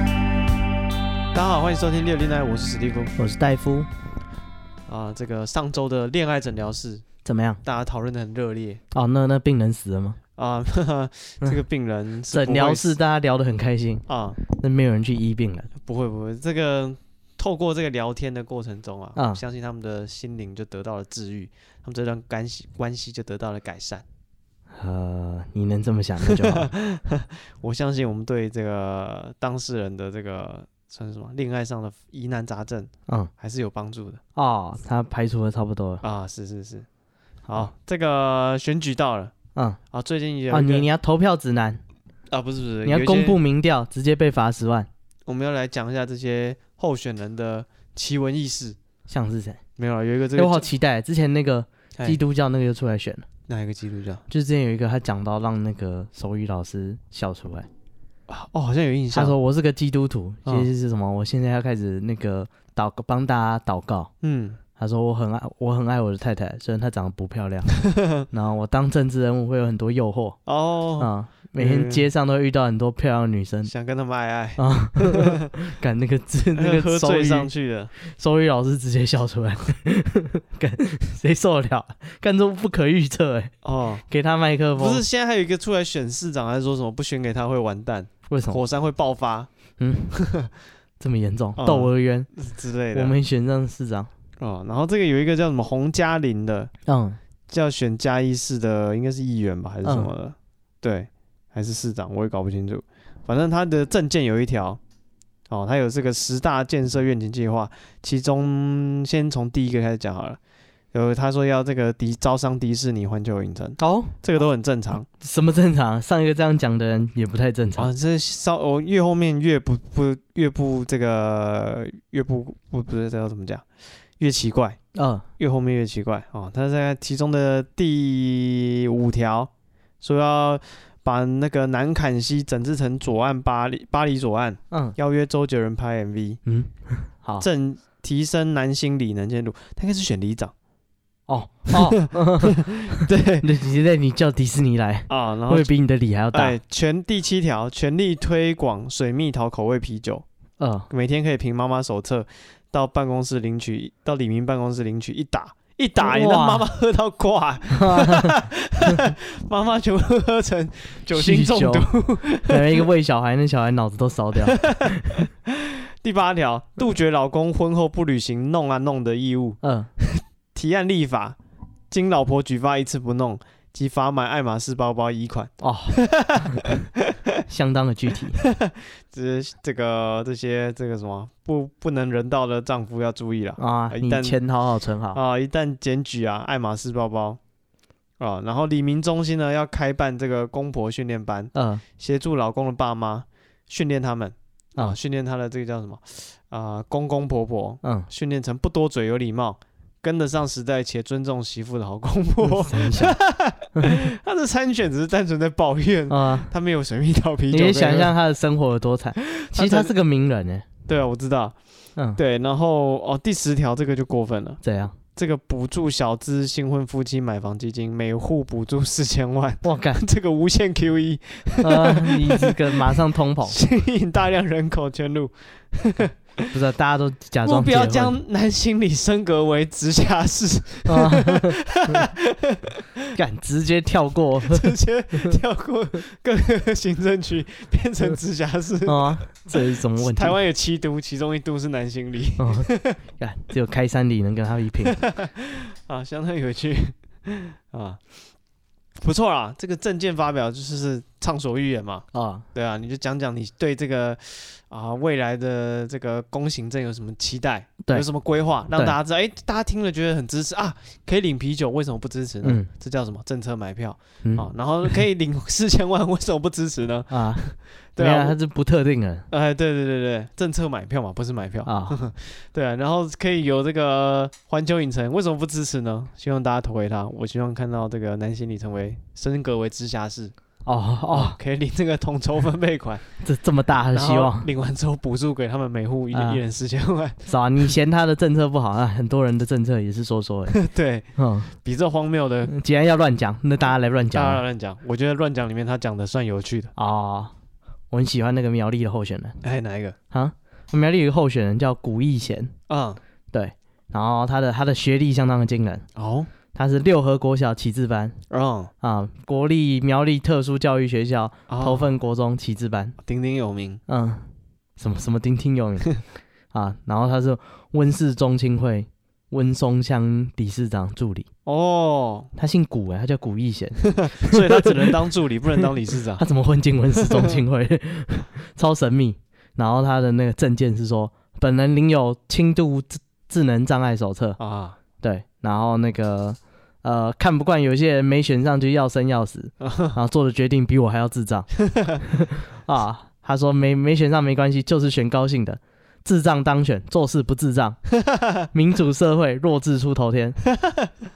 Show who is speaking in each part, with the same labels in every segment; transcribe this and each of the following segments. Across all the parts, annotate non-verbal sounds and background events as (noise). Speaker 1: 大家好，欢迎收听六零来，我是史蒂夫
Speaker 2: 我是戴夫，
Speaker 1: 啊。这个上周的恋爱诊疗室，
Speaker 2: 怎么样？
Speaker 1: 大家讨论的很热烈
Speaker 2: 哦，那那病人死了吗？
Speaker 1: 啊。 (laughs) 哈哈这个病人是不会
Speaker 2: 诊疗室大家聊得很开心，
Speaker 1: 啊，
Speaker 2: 那没有人去医病人。
Speaker 1: 不会不会，这个透过这个聊天的过程中啊，
Speaker 2: 啊
Speaker 1: 我相信他们的心灵就得到了治愈，他们这段关系关系就得到了改善。
Speaker 2: 呃，你能这么想那就好。
Speaker 1: 我相信我们对这个当事人的这个算是什么恋爱上的疑难杂症
Speaker 2: (laughs) 嗯，
Speaker 1: 还是有帮助的
Speaker 2: 哦，他排除的差不多了。
Speaker 1: 啊。是是是，好，这个选举到了
Speaker 2: 嗯，
Speaker 1: 啊，最近有
Speaker 2: 哦，
Speaker 1: 一个
Speaker 2: 你你要投票指南，
Speaker 1: 啊不是不是，
Speaker 2: 你要
Speaker 1: 有一些
Speaker 2: 公布民调，直接被罚十万。
Speaker 1: 我们要来讲一下这些候选人的奇闻异事。
Speaker 2: 像是谁？
Speaker 1: 没有啊，有一个这
Speaker 2: 哎
Speaker 1: 个
Speaker 2: 我好期待，之前那个
Speaker 1: 哎
Speaker 2: 基督教那个又出来选了，
Speaker 1: 哪一个基督教
Speaker 2: 就之前有一个他讲到让那个手语老师笑出来，
Speaker 1: 啊？哦，好像有印象。
Speaker 2: 他说我是个基督徒，
Speaker 1: 嗯
Speaker 2: 其实是什么？我现在要开始那个祷帮大家祷告。
Speaker 1: 嗯，
Speaker 2: 他说我很爱我很爱我的太太，虽然她长得不漂
Speaker 1: (laughs)
Speaker 2: 亮，然后我当政治人物会有很多诱惑
Speaker 1: 哦，
Speaker 2: 啊、每天街上都会遇到很多漂亮的女生
Speaker 1: 想跟他们爱爱， (laughs)
Speaker 2: 啊，赶、那个字那
Speaker 1: 喝
Speaker 2: 个手
Speaker 1: 醉
Speaker 2: 语
Speaker 1: 上去的。
Speaker 2: 手语老师直接笑出来， (laughs) 干谁受得了？干这不可预测哎，
Speaker 1: 哦，
Speaker 2: 给他麦克风，
Speaker 1: 不是，现在还有一个出来选市长，还是说什么不选给他会完蛋，
Speaker 2: 为什么
Speaker 1: 火山会爆发
Speaker 2: 这么严重？
Speaker 1: 嗯
Speaker 2: 窦娥冤，
Speaker 1: 之类的。
Speaker 2: 我没选上市长，
Speaker 1: 哦，然后这个有一个叫什么洪嘉玲的，
Speaker 2: 嗯，
Speaker 1: 叫选嘉义市的，应该是议员吧，还是什么的？对，还是市长，我也搞不清楚。反正他的证件有一条，哦，他有这个十大建设愿景计划，其中先从第一个开始讲好了。有他说要这个迪招商迪士尼、环球影城，
Speaker 2: 哦，
Speaker 1: 这个都很正常
Speaker 2: 什么正常？上一个这样讲的人也不太正常，
Speaker 1: 啊。这稍我越后面越不不越不这个越不不不是这要怎么讲，越奇怪。
Speaker 2: 嗯，
Speaker 1: 越后面越奇怪哦。他在其中的第五条说要把那个南坎西整治成左岸巴黎巴黎左岸，
Speaker 2: 嗯
Speaker 1: 邀约周杰伦拍 MV，
Speaker 2: 嗯，好，
Speaker 1: 正提升男星李能见度。他应该是选里
Speaker 2: (laughs)
Speaker 1: 长，
Speaker 2: 哦
Speaker 1: (laughs)
Speaker 2: 哦， (laughs)
Speaker 1: 对
Speaker 2: 那你在你叫迪士尼来，
Speaker 1: 啊，然后
Speaker 2: 会比你的理还要大
Speaker 1: 哎。，全第七条全力推广水蜜桃口味啤酒，
Speaker 2: 嗯，
Speaker 1: 每天可以凭妈妈手册到办公室领取，到李明办公室领取一打。一打，你让
Speaker 2: 哇
Speaker 1: 妈妈喝到挂，
Speaker 2: 嗯
Speaker 1: 妈妈全部喝成 (laughs) 酒精中
Speaker 2: (laughs)
Speaker 1: 毒。
Speaker 2: 毒，还有一个喂小孩，那小孩脑子都烧掉。
Speaker 1: 第八条，杜绝老公婚后不履行弄啊弄的义务，
Speaker 2: 嗯，
Speaker 1: 提案立法，经老婆举发一次不弄，即罚买爱马仕包包一款。
Speaker 2: 哦，相当的具体。
Speaker 1: 这这个这些这个什么不不能人道的丈夫要注意了
Speaker 2: 啊，
Speaker 1: 一
Speaker 2: 你
Speaker 1: 旦
Speaker 2: 钱好好存好。
Speaker 1: 啊！一旦检举啊，爱马仕包包啊，然后李明中心呢要开办这个公婆训练班，
Speaker 2: 嗯
Speaker 1: 协助老公的爸妈训练他们啊，
Speaker 2: 啊
Speaker 1: 训练他的这个叫什么啊、公公婆婆， (laughs)
Speaker 2: 嗯，
Speaker 1: 训练成不多嘴、有礼貌、跟得上时代且尊重媳妇的好公
Speaker 2: (laughs)
Speaker 1: 婆。
Speaker 2: 三小嗯
Speaker 1: (laughs) 他的参选只是单纯在抱怨，
Speaker 2: 啊，
Speaker 1: 他没有水蜜桃啤
Speaker 2: 你
Speaker 1: 酒。
Speaker 2: 可以想象，他的生活有多惨。其实他是个名人呢。
Speaker 1: 对啊，我知道。
Speaker 2: 嗯，
Speaker 1: 对，然后哦，第十条这个就过分了，
Speaker 2: 怎样？
Speaker 1: 这个补助小资新婚夫妻买房基金，每户补助四千万， (laughs)
Speaker 2: 我干，
Speaker 1: 这个无限 QE (laughs)
Speaker 2: 呃，你这个马上通膨，
Speaker 1: 吸引大量人口迁入，
Speaker 2: 不是大家都假
Speaker 1: 目
Speaker 2: 装结
Speaker 1: 标
Speaker 2: 婚。
Speaker 1: 将男心理升格为直辖市，
Speaker 2: 啊 (laughs) 敢直接跳过。
Speaker 1: 直接跳过各个行政区，变成直辖市。
Speaker 2: 啊，这是什么问题？
Speaker 1: 台湾有七都，其中一都是南兴 (laughs) 里
Speaker 2: 哦，看只有开山里能跟他一拼。
Speaker 1: (laughs) 啊，相当有趣啊。不错啦，这个政见发表就是是畅所欲言嘛，
Speaker 2: 啊，
Speaker 1: 对啊，你就讲讲你对这个啊未来的这个公行政有什么期待，
Speaker 2: 对
Speaker 1: 有什么规划，让
Speaker 2: 对
Speaker 1: 大家知道，哎、大家听了觉得很支持啊，可以领啤酒，为什么不支持呢？
Speaker 2: 嗯
Speaker 1: 这叫什么政策买票
Speaker 2: 嗯
Speaker 1: 啊？然后可以领四千万，为什么不支持呢？
Speaker 2: 啊，
Speaker 1: (laughs) 对
Speaker 2: 没有
Speaker 1: 啊，
Speaker 2: 他
Speaker 1: 我
Speaker 2: 是不特定
Speaker 1: (laughs)
Speaker 2: 人
Speaker 1: 哎，对对对对，政策买票嘛，不是买票，
Speaker 2: 啊，
Speaker 1: 对啊，然后可以有这个环球影城，为什么不支持呢？希望大家投给他，我希望看到这个南行里成为升格为直辖市，
Speaker 2: 哦哦，
Speaker 1: 可以领这个统筹分配 (laughs) 款，
Speaker 2: 这这么大的
Speaker 1: 然
Speaker 2: 希
Speaker 1: 后
Speaker 2: 望，
Speaker 1: 领完之后补助给他们每户一、
Speaker 2: 啊
Speaker 1: 一人四千万，
Speaker 2: 是啊，你嫌他的政策不好啊，很多人的政策也是说说而
Speaker 1: (laughs)
Speaker 2: 已，
Speaker 1: (laughs) 对
Speaker 2: 嗯，
Speaker 1: 比这荒谬 (laughs) 的，
Speaker 2: 既然要乱讲，那大家来乱讲
Speaker 1: 大家
Speaker 2: 啊
Speaker 1: 乱讲，我觉得乱讲里面他讲的算有趣的。
Speaker 2: 哦，我很喜欢那个苗栗的候选人
Speaker 1: 哎，哪一个？
Speaker 2: 啊，苗栗有一个候选人叫古义贤，
Speaker 1: 嗯，
Speaker 2: 对，然后他的他的学历相当的惊人，
Speaker 1: 哦，
Speaker 2: 他是六合国小旗帜班
Speaker 1: 嗯，
Speaker 2: 啊，国立苗栗特殊教育学校
Speaker 1: 哦
Speaker 2: 头份国中旗帜班，
Speaker 1: 鼎鼎有名。
Speaker 2: 嗯，什么什么丁丁有名 (laughs) 啊，然后他是温室中青会温松乡理事长助理，
Speaker 1: 哦，
Speaker 2: 他姓古哎、他叫古义贤，
Speaker 1: 所以他只能当助理，不能当理事长 (laughs)
Speaker 2: 他。怎么混进温室中青会， (laughs) 超神秘。然后他的那个证件是说，本人领有轻度智智能障碍手册，
Speaker 1: 啊，
Speaker 2: 对，然后那个呃，看不惯有些人没选上就要生要
Speaker 1: (laughs)
Speaker 2: 死，然后做的决定比我还要智障啊。他说没没选上没关系，就是选高兴的。智障当选，做事不智
Speaker 1: (laughs)
Speaker 2: 障，民主社会弱智出头天，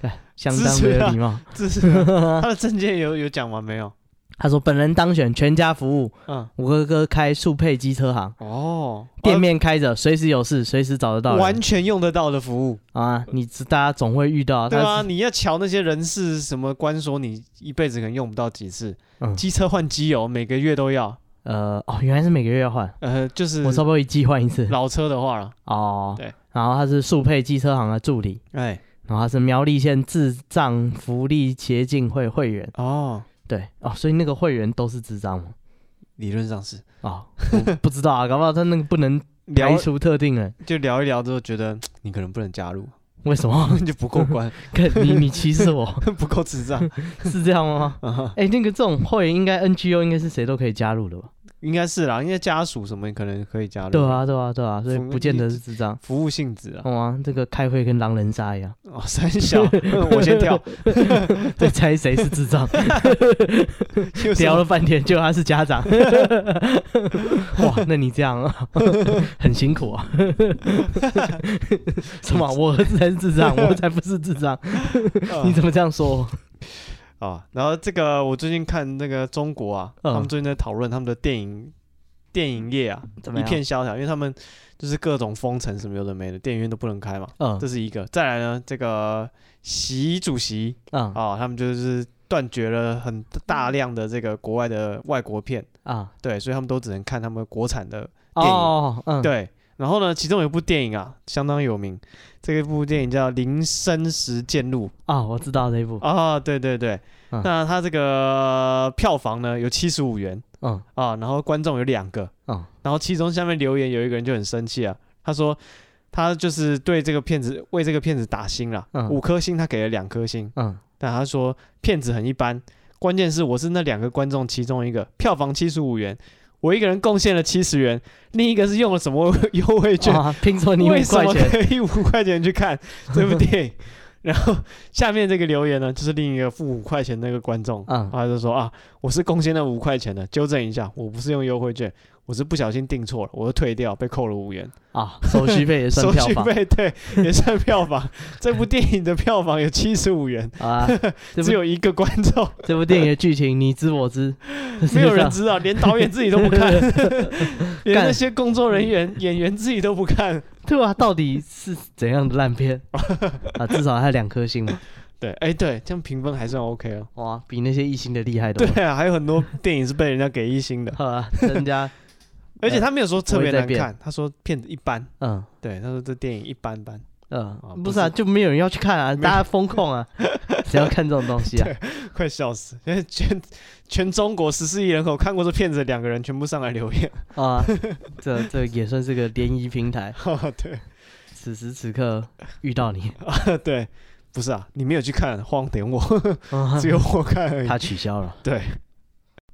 Speaker 2: 哎相当没
Speaker 1: 啊
Speaker 2: 有礼貌。
Speaker 1: 这是啊他的证件有有讲完没有？
Speaker 2: 他说本人当选，全家服务，
Speaker 1: 嗯，
Speaker 2: 我哥哥开速配机车行，
Speaker 1: 哦，
Speaker 2: 店面开着，随时有事，随时找得到
Speaker 1: 呃完
Speaker 2: 人
Speaker 1: 全用得到的服务，
Speaker 2: 啊！你知大家总会遇到，
Speaker 1: 对
Speaker 2: 他
Speaker 1: 啊，
Speaker 2: 是
Speaker 1: 你要瞧那些人事什么官说，你一辈子可能用不到几次。
Speaker 2: 嗯
Speaker 1: 机车换机油，每个月都要，
Speaker 2: 呃哦，原来是每个月要换，
Speaker 1: 呃，就是
Speaker 2: 我差不多一季换一次。
Speaker 1: 老车的话了，
Speaker 2: 哦，
Speaker 1: 对，
Speaker 2: 然后他是速配机车行的助理，
Speaker 1: 哎，
Speaker 2: 然后他是苗栗县智障福利协进会会员，
Speaker 1: 哦，
Speaker 2: 对哦，所以那个会员都是智障吗？
Speaker 1: 理论上是
Speaker 2: 哦，我不知 (laughs) 道啊，搞不好他那个不能
Speaker 1: 聊
Speaker 2: 排除特定人，
Speaker 1: 就聊一聊之后，觉得嗯你可能不能加入， (laughs)
Speaker 2: 为什么？
Speaker 1: 就不够关， (laughs)
Speaker 2: 看你 (laughs) 你歧视我
Speaker 1: 不够智障，
Speaker 2: 是这样吗？哎、那个这种会员应该 NGO 应该是谁都可以加入的吧？
Speaker 1: 应该是啦，因为家属什么可能可以加入，
Speaker 2: 对，啊，对啊，对啊，所以
Speaker 1: 福利
Speaker 2: 不见得是智障。
Speaker 1: 服务性质啊，
Speaker 2: 哇、啊，这个开会跟狼人杀一样， (laughs)
Speaker 1: 哦，三小，我先跳，
Speaker 2: 在猜谁是智障， (laughs)
Speaker 1: 又是
Speaker 2: 聊了半天，就他是
Speaker 1: (laughs)
Speaker 2: 家长。哇，那你这样啊， (laughs) 很辛苦啊。 (laughs) 什么？啊我儿子才是
Speaker 1: (laughs)
Speaker 2: 智障，我才不是智障。
Speaker 1: 嗯
Speaker 2: 你怎么这样说我？
Speaker 1: 啊，然后这个我最近看那个中国啊，
Speaker 2: 嗯
Speaker 1: 他们最近在讨论他们的电影电影业啊，
Speaker 2: 怎么
Speaker 1: 一
Speaker 2: 样
Speaker 1: 片萧条，因为他们就是各种封城什么有的没的，电影院都不能开嘛，
Speaker 2: 嗯
Speaker 1: 这是一个。再来呢，这个习主席
Speaker 2: 嗯
Speaker 1: 啊，他们就是断绝了很大量的这个国外的外国片，
Speaker 2: 啊
Speaker 1: 对，所以他们都只能看他们国产的，电影
Speaker 2: 哦嗯
Speaker 1: 对。然后呢，其中有一部电影啊，相当有名，这一部电影叫《林生石见路》。
Speaker 2: 啊，我知道这一部
Speaker 1: 啊，对对对，
Speaker 2: 嗯
Speaker 1: 那它这个票房呢有七十五元
Speaker 2: 嗯
Speaker 1: 啊，然后观众有两个，
Speaker 2: 嗯
Speaker 1: 然后其中下面留言有一个人就很生气啊，他说他就是对这个骗子为这个骗子打星了，
Speaker 2: 嗯
Speaker 1: 五颗星他给了两颗星，
Speaker 2: 嗯
Speaker 1: 但他说骗子很一般，关键是我是那两个观众其中一个，票房七十五元，我一个人贡献了七十元，另一个是用了什么 (laughs) 优惠券？
Speaker 2: 啊，
Speaker 1: (laughs)
Speaker 2: 拼错你五
Speaker 1: 为什
Speaker 2: 块
Speaker 1: 么
Speaker 2: 钱
Speaker 1: 可以五块钱去
Speaker 2: (laughs)
Speaker 1: 看这部电影？然后下面这个留言呢，就是另一个付五块钱那个观众，
Speaker 2: 嗯
Speaker 1: 他就说啊，我是贡献了五块钱的，纠正一下，我不是用优惠券，我是不小心订错了，我就退掉，被扣了五元，
Speaker 2: 啊，手续费也算
Speaker 1: 手
Speaker 2: 票
Speaker 1: 续
Speaker 2: 房
Speaker 1: 费对，也算票
Speaker 2: (laughs)
Speaker 1: 房。这部电影的票房有七十五元，
Speaker 2: 啊。
Speaker 1: 只
Speaker 2: 这部
Speaker 1: 有一个观
Speaker 2: (laughs)
Speaker 1: 众，
Speaker 2: 这部电影的剧情你知我知，这世
Speaker 1: 没有
Speaker 2: 界
Speaker 1: 人
Speaker 2: 上
Speaker 1: 知道，连导演自己都不
Speaker 2: (laughs)
Speaker 1: 看，连
Speaker 2: 啊干
Speaker 1: 那些工作人员、演员自己都不看。
Speaker 2: 对啊，到底是怎样的烂
Speaker 1: (laughs)
Speaker 2: 片啊？至少还有两颗星嘛，
Speaker 1: 对，哎，对，这样评分还算 OK 哦。
Speaker 2: 哇，比那些异星的厉害多
Speaker 1: 对
Speaker 2: 了。
Speaker 1: 啊，还有很多电影是被人家给一星的，
Speaker 2: (laughs) 好啊，人家
Speaker 1: 而且他没有说特别难
Speaker 2: 不会再
Speaker 1: 看，他说片子一般。
Speaker 2: 嗯
Speaker 1: 对，他说这电影一般般。
Speaker 2: 嗯
Speaker 1: 啊，
Speaker 2: 不是啊，
Speaker 1: 不
Speaker 2: 就没有人要去看啊，
Speaker 1: 有
Speaker 2: 大家风控 (laughs) 啊，谁要看这种东西 (laughs) 啊？
Speaker 1: 快笑死！因为全全中国十四亿人口看过这片子，两个人全部上来留言。 (laughs)
Speaker 2: 啊，这这也算是个联谊平台。
Speaker 1: 哦哈哈对
Speaker 2: (laughs) 此时此刻遇到你，
Speaker 1: 对，不是啊，你没有去看，晃点
Speaker 2: (laughs)
Speaker 1: 我，
Speaker 2: 啊
Speaker 1: 只有我看而已。
Speaker 2: 他取消了。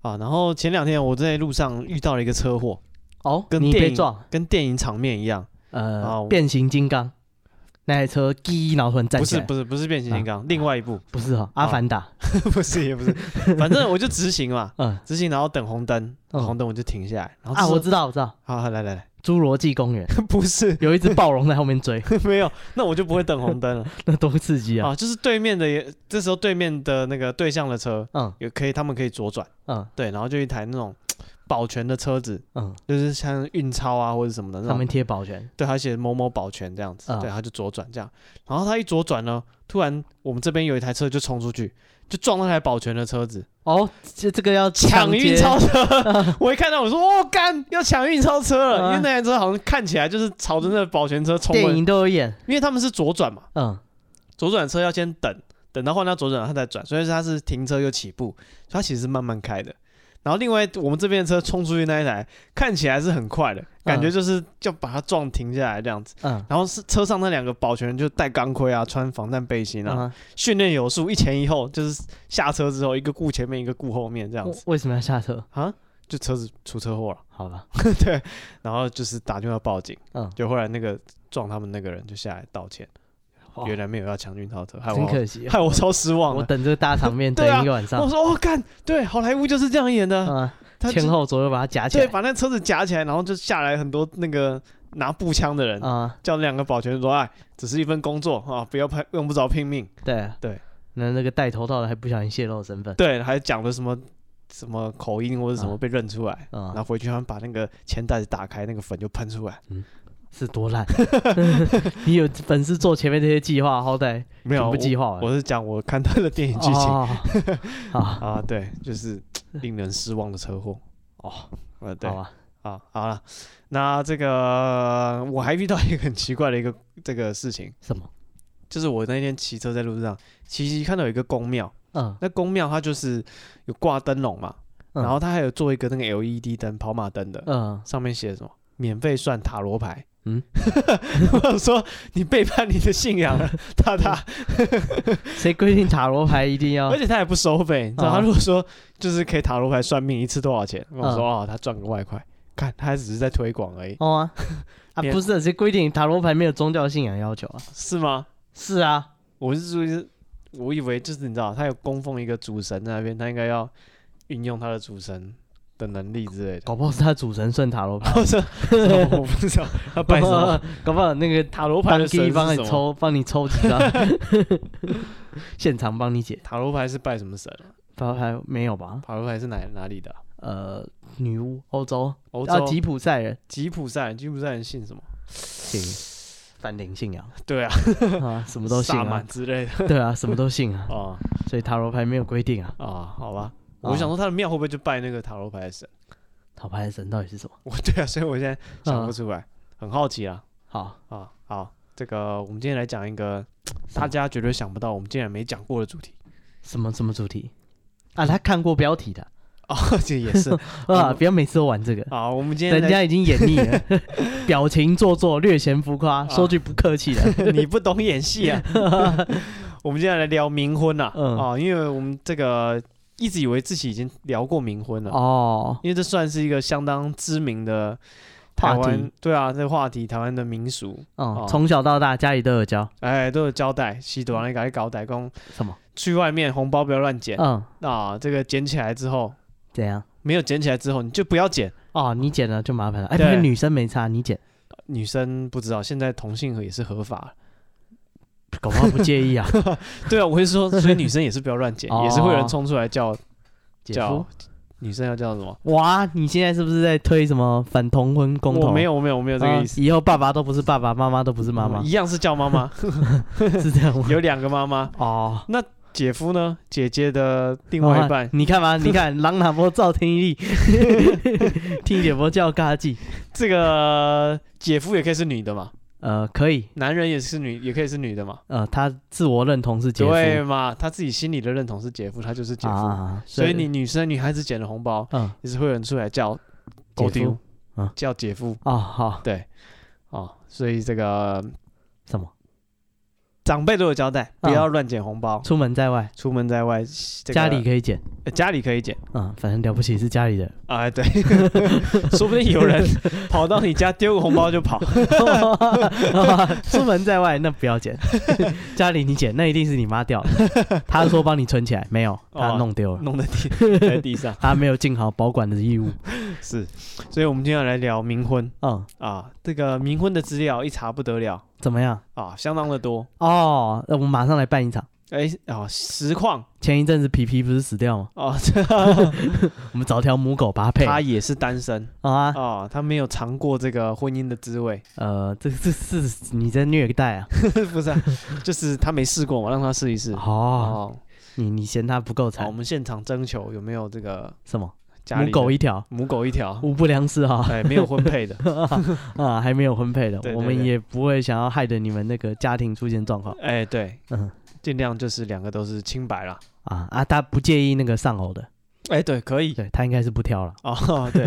Speaker 1: 啊，然后前两天我在路上遇到了一个车祸，
Speaker 2: 哦，
Speaker 1: 跟
Speaker 2: 你
Speaker 1: 电
Speaker 2: 被
Speaker 1: 影
Speaker 2: 撞，
Speaker 1: 跟电影场面一样，啊
Speaker 2: 呃
Speaker 1: 我，
Speaker 2: 变形金刚那台车，叽，然后突然站
Speaker 1: 不
Speaker 2: 起
Speaker 1: 是
Speaker 2: 来，啊
Speaker 1: 不是不是变形金刚，另外一
Speaker 2: (laughs)
Speaker 1: 部
Speaker 2: 不是哦哈，阿凡达，
Speaker 1: 不是也不是，反正我就直行嘛，
Speaker 2: 嗯
Speaker 1: 直行然后等红灯，
Speaker 2: 嗯
Speaker 1: 红灯我就停下来，然后
Speaker 2: 啊，
Speaker 1: 这
Speaker 2: 我
Speaker 1: 时
Speaker 2: 知道我知道，
Speaker 1: 候好好来来来，
Speaker 2: 侏罗纪 (laughs) 公园
Speaker 1: (laughs) 不是
Speaker 2: 有一只暴龙在后面追， (laughs)
Speaker 1: 没有，那我就不会等红灯了
Speaker 2: 那多刺激啊！
Speaker 1: 啊，就是对面的也这时候对面的那个对向的车
Speaker 2: 嗯
Speaker 1: 也可以，他们可以左转，
Speaker 2: 嗯
Speaker 1: 对，然后就一台那种保全的车子，
Speaker 2: 嗯，
Speaker 1: 就是像运钞啊或者什么的那
Speaker 2: 上
Speaker 1: 种
Speaker 2: 面贴保全，
Speaker 1: 对，他写某某保全这样子，
Speaker 2: 啊
Speaker 1: 对，他就左转这样，然后他一左转呢，突然我们这边有一台车就冲出去，就撞到那台保全的车子，
Speaker 2: 哦，这这个要
Speaker 1: 抢运
Speaker 2: 劫
Speaker 1: 钞
Speaker 2: (laughs)
Speaker 1: 车，我一看到我说，哦，干，要抢运钞车了，
Speaker 2: 啊
Speaker 1: 因为那台车好像看起来就是朝着那个保全车冲过
Speaker 2: 电
Speaker 1: 来，
Speaker 2: 影都有演，
Speaker 1: 因为他们是左转嘛，
Speaker 2: 嗯
Speaker 1: 左转车要先等，等到换到左转他再转，所以他是停车又起步，所以他其实是慢慢开的。然后另外我们这边的车冲出去那一台看起来是很快的，感觉
Speaker 2: 啊
Speaker 1: 就是就把它撞停下来这样子。
Speaker 2: 嗯
Speaker 1: 然后是车上那两个保全人就戴钢盔啊，穿防弹背心啊，
Speaker 2: 嗯，
Speaker 1: 训练有素，一前一后，就是下车之后一个顾前面，一个顾后面这样
Speaker 2: 我
Speaker 1: 子
Speaker 2: 为什么要下车？
Speaker 1: 啊，就车子出车祸了，
Speaker 2: 好吧，
Speaker 1: 对，然后就是打电话报警，
Speaker 2: 嗯，
Speaker 1: 就后来那个撞他们那个人就下来道歉，
Speaker 2: 哇
Speaker 1: 原来没有要抢运钞车，害
Speaker 2: 哦真
Speaker 1: 我
Speaker 2: 可惜啊，
Speaker 1: 害我超失望
Speaker 2: 我
Speaker 1: 了。
Speaker 2: 等这个大场面
Speaker 1: (laughs)
Speaker 2: 等
Speaker 1: 对啊
Speaker 2: 一个晚上
Speaker 1: 我，说哦，干，对，好莱坞就是这样演的，
Speaker 2: 嗯，
Speaker 1: 他就
Speaker 2: 前后左右把它夹起
Speaker 1: 对，
Speaker 2: 来，
Speaker 1: 把那车子夹起来，然后就下来很多那个拿步枪的人，
Speaker 2: 啊，
Speaker 1: 叫那两个保全说，哎，只是一份工作啊，不要拍，用不着拼命。
Speaker 2: 对
Speaker 1: 对，
Speaker 2: 那那个带头套的还不小心泄露身份，
Speaker 1: 对，还讲了什么什么口音或者什么
Speaker 2: 啊
Speaker 1: 被认出来，然
Speaker 2: 啊
Speaker 1: 后，回去他们把那个钱袋子打开，那个粉就喷出来。
Speaker 2: 是
Speaker 1: (laughs)
Speaker 2: 多烂！ (laughs) 你有本事做前面这些计划，好歹
Speaker 1: 没有
Speaker 2: 全部计划
Speaker 1: 我
Speaker 2: 完
Speaker 1: 我是讲我看他的电影剧情、 (laughs)
Speaker 2: 哦好
Speaker 1: 啊，对，就是令人失望的车祸。
Speaker 2: 哦，
Speaker 1: 呃，对
Speaker 2: 好
Speaker 1: 啊，
Speaker 2: 吧，
Speaker 1: 好了，那这个我还遇到一个很奇怪的一个这个事情，
Speaker 2: 什么？
Speaker 1: 就是我那天骑车在路上，骑骑看到有一个公庙，
Speaker 2: 嗯，
Speaker 1: 那公庙它就是有挂灯笼嘛，
Speaker 2: 嗯
Speaker 1: 然后它还有做一个那个 LED 灯，跑马灯的，
Speaker 2: 嗯，
Speaker 1: 上面写什么？免费算塔罗牌。嗯
Speaker 2: 嗯，
Speaker 1: (laughs) 我说你背叛你的信仰了，大大，
Speaker 2: 谁规定塔罗牌一定要
Speaker 1: (laughs) 而？且他也不收费。你知道
Speaker 2: 啊
Speaker 1: 他如果说就是可以塔罗牌算命一次多少钱，我
Speaker 2: 嗯
Speaker 1: 说哦，他赚个外快，看他只是在推广而已，
Speaker 2: 哦啊，啊
Speaker 1: 别
Speaker 2: 不是，谁规定塔罗牌没有宗教信仰要求啊？
Speaker 1: 是吗？
Speaker 2: 是啊，
Speaker 1: 我是说，我以为就是你知道，他有供奉一个主神在那边，他应该要运用他的主神的能力之类的。
Speaker 2: 搞不好是他主神算塔
Speaker 1: (laughs)
Speaker 2: 罗牌， (laughs)
Speaker 1: 然后说我不知道他 (laughs) 拜什么
Speaker 2: 搞不好那个
Speaker 1: 塔罗牌
Speaker 2: 当
Speaker 1: 的神
Speaker 2: 地
Speaker 1: 是
Speaker 2: 帮你
Speaker 1: 什么
Speaker 2: 抽，帮你抽几张， (laughs) 现场帮你解。
Speaker 1: 塔罗牌是拜什么神啊？
Speaker 2: 塔罗牌没有吧？
Speaker 1: 塔罗牌是哪哪里的啊？
Speaker 2: 呃，女巫，欧洲，
Speaker 1: 欧
Speaker 2: 啊，
Speaker 1: 洲
Speaker 2: 吉普赛人，
Speaker 1: 吉普赛人，吉普赛人信什么？
Speaker 2: 信反灵信仰
Speaker 1: 对啊，
Speaker 2: 啊，什么都
Speaker 1: (laughs)
Speaker 2: 信
Speaker 1: 萨
Speaker 2: 啊
Speaker 1: 满，之类的
Speaker 2: 对啊，什么都信啊，
Speaker 1: 啊
Speaker 2: 所以塔罗牌没有规定啊。
Speaker 1: 啊，好吧。
Speaker 2: 啊
Speaker 1: 我想说他的庙会不会就拜那个塔罗牌的神？
Speaker 2: 塔罗牌的神到底是什么？
Speaker 1: 我 (laughs) 对啊，所以我现在想不
Speaker 2: 啊
Speaker 1: 出来，很好奇啊
Speaker 2: 好，
Speaker 1: 啊。好，这个我们今天来讲一个大家绝对想不到，我们竟然没讲过的主题 (laughs)
Speaker 2: 什么什么主题啊？他看过标题的
Speaker 1: 哦，这也是
Speaker 2: 啊，
Speaker 1: 嗯
Speaker 2: 不要每次都玩这个，
Speaker 1: (laughs) 好，我们今天
Speaker 2: 人
Speaker 1: 来
Speaker 2: 家已经演腻 (laughs) 了，表情做作，略显浮夸，说句不客气的， (laughs)
Speaker 1: 你不懂演戏啊。 (laughs) 我们今天来聊冥婚啊
Speaker 2: 嗯
Speaker 1: 啊，因为我们这个一直以为自己已经聊过冥婚了，
Speaker 2: 哦，
Speaker 1: 因为这算是一个相当知名的台
Speaker 2: 话
Speaker 1: 湾
Speaker 2: 题，
Speaker 1: 对啊，这个话题台湾的民俗，
Speaker 2: 嗯
Speaker 1: 哦，
Speaker 2: 从小到大家里都有教
Speaker 1: 哎，都有交代，西多那个搞代工，
Speaker 2: 什么？
Speaker 1: 去外面红包不要乱捡、
Speaker 2: 嗯，
Speaker 1: 啊，这个捡起来之后。
Speaker 2: 怎样？
Speaker 1: 没有捡起来之后，你就不要捡。
Speaker 2: 哦，你剪了就麻烦了，哎，不
Speaker 1: 对
Speaker 2: 是女生没差，你剪，
Speaker 1: 女生不知道，现在同性合也是合法。
Speaker 2: 搞不好不介意 (laughs) 啊，
Speaker 1: 对啊，我会说，所以女生也是不要乱捡，
Speaker 2: (laughs) 哦
Speaker 1: 也是会有人冲出来叫
Speaker 2: 姐夫
Speaker 1: 叫。女生要叫什么？
Speaker 2: 哇，你现在是不是在推什么反同婚公投？
Speaker 1: 我没
Speaker 2: 有
Speaker 1: 有，我没有，我没有这个意思。
Speaker 2: 以后爸爸都不是爸爸，妈妈都不是啊妈妈
Speaker 1: 嗯，一样是叫妈
Speaker 2: (laughs)
Speaker 1: 妈，
Speaker 2: 是这样吗？
Speaker 1: 有两个妈妈。
Speaker 2: 哦，
Speaker 1: 姐夫呢？姐姐的另外一半
Speaker 2: 哦你看嘛，你 (laughs) 看朗朗波赵天力， (laughs) 听姐夫叫嘎记，
Speaker 1: 这个姐夫也可以是女的嘛，
Speaker 2: 呃，可以，
Speaker 1: 男人也是女，也可以是女的嘛，
Speaker 2: 呃，他自我认同是姐夫
Speaker 1: 对嘛？他自己心里的认同是姐夫，他就是姐夫，
Speaker 2: 啊，
Speaker 1: 所以你女生女孩子捡了红包，
Speaker 2: 嗯，
Speaker 1: 也是会有人出来叫
Speaker 2: 姐
Speaker 1: 狗
Speaker 2: 夫
Speaker 1: 丢，
Speaker 2: 啊
Speaker 1: 叫姐夫
Speaker 2: 哦，好
Speaker 1: 对哦，所以这个
Speaker 2: 什么？
Speaker 1: 长辈都有交代，不要乱捡红包，
Speaker 2: 出门在外，
Speaker 1: 出门在外，这个
Speaker 2: 啊家里可以捡，
Speaker 1: 呃家里可以捡
Speaker 2: 嗯，反正了不起是家
Speaker 1: (laughs)
Speaker 2: 里的，
Speaker 1: 啊、对，说不定有人跑到你家丢个红包就
Speaker 2: (laughs)
Speaker 1: 跑，
Speaker 2: (laughs) 出门在外那不要捡， (laughs) 家里你捡那一定是你妈掉了，
Speaker 1: (laughs)
Speaker 2: 她说帮你存起来，没有，她
Speaker 1: 哦
Speaker 2: 弄丢了，
Speaker 1: 弄在地在地
Speaker 2: (laughs)
Speaker 1: 上。
Speaker 2: 她没有尽好保管的义务，
Speaker 1: 是，所以我们今天要来聊冥婚
Speaker 2: 嗯，
Speaker 1: 啊，这个冥婚的资料一查不得了
Speaker 2: 怎么样？
Speaker 1: 啊，相当的多。
Speaker 2: 哦，那我们马上来办一场。
Speaker 1: 哎、啊，实况
Speaker 2: 前一阵子皮皮不是死掉吗？
Speaker 1: 啊，这
Speaker 2: 我们找条母狗把它 (laughs) 配
Speaker 1: 他也是单
Speaker 2: (laughs)
Speaker 1: 身
Speaker 2: 啊，
Speaker 1: 啊，他没有尝过这个婚姻的滋
Speaker 2: (laughs)
Speaker 1: 味，
Speaker 2: 呃，这这是你在虐待啊！
Speaker 1: 不是啊、就是他没试过嘛，让他试一试。
Speaker 2: 哦，
Speaker 1: 哦，
Speaker 2: 你你嫌它不够
Speaker 1: 好，我
Speaker 2: 惨？
Speaker 1: 们现场征求有没有这个
Speaker 2: 什么？
Speaker 1: 家里
Speaker 2: 母
Speaker 1: 的
Speaker 2: 狗一条，
Speaker 1: 母狗一
Speaker 2: (laughs)
Speaker 1: 条，
Speaker 2: 无不良嗜好
Speaker 1: (laughs) 哎，没有婚配的，
Speaker 2: 啊，还没有婚配的
Speaker 1: 对，对
Speaker 2: 我
Speaker 1: 对
Speaker 2: 们也不会想要害得你们那个家庭出现状况
Speaker 1: 哎，对，
Speaker 2: 嗯
Speaker 1: 尽量就是两个都是清白啦。
Speaker 2: (laughs) 啊啊！他不介意那个丧偶的，
Speaker 1: (laughs) 哎，对，可以。
Speaker 2: 对他应该是不挑了。
Speaker 1: 哦，对，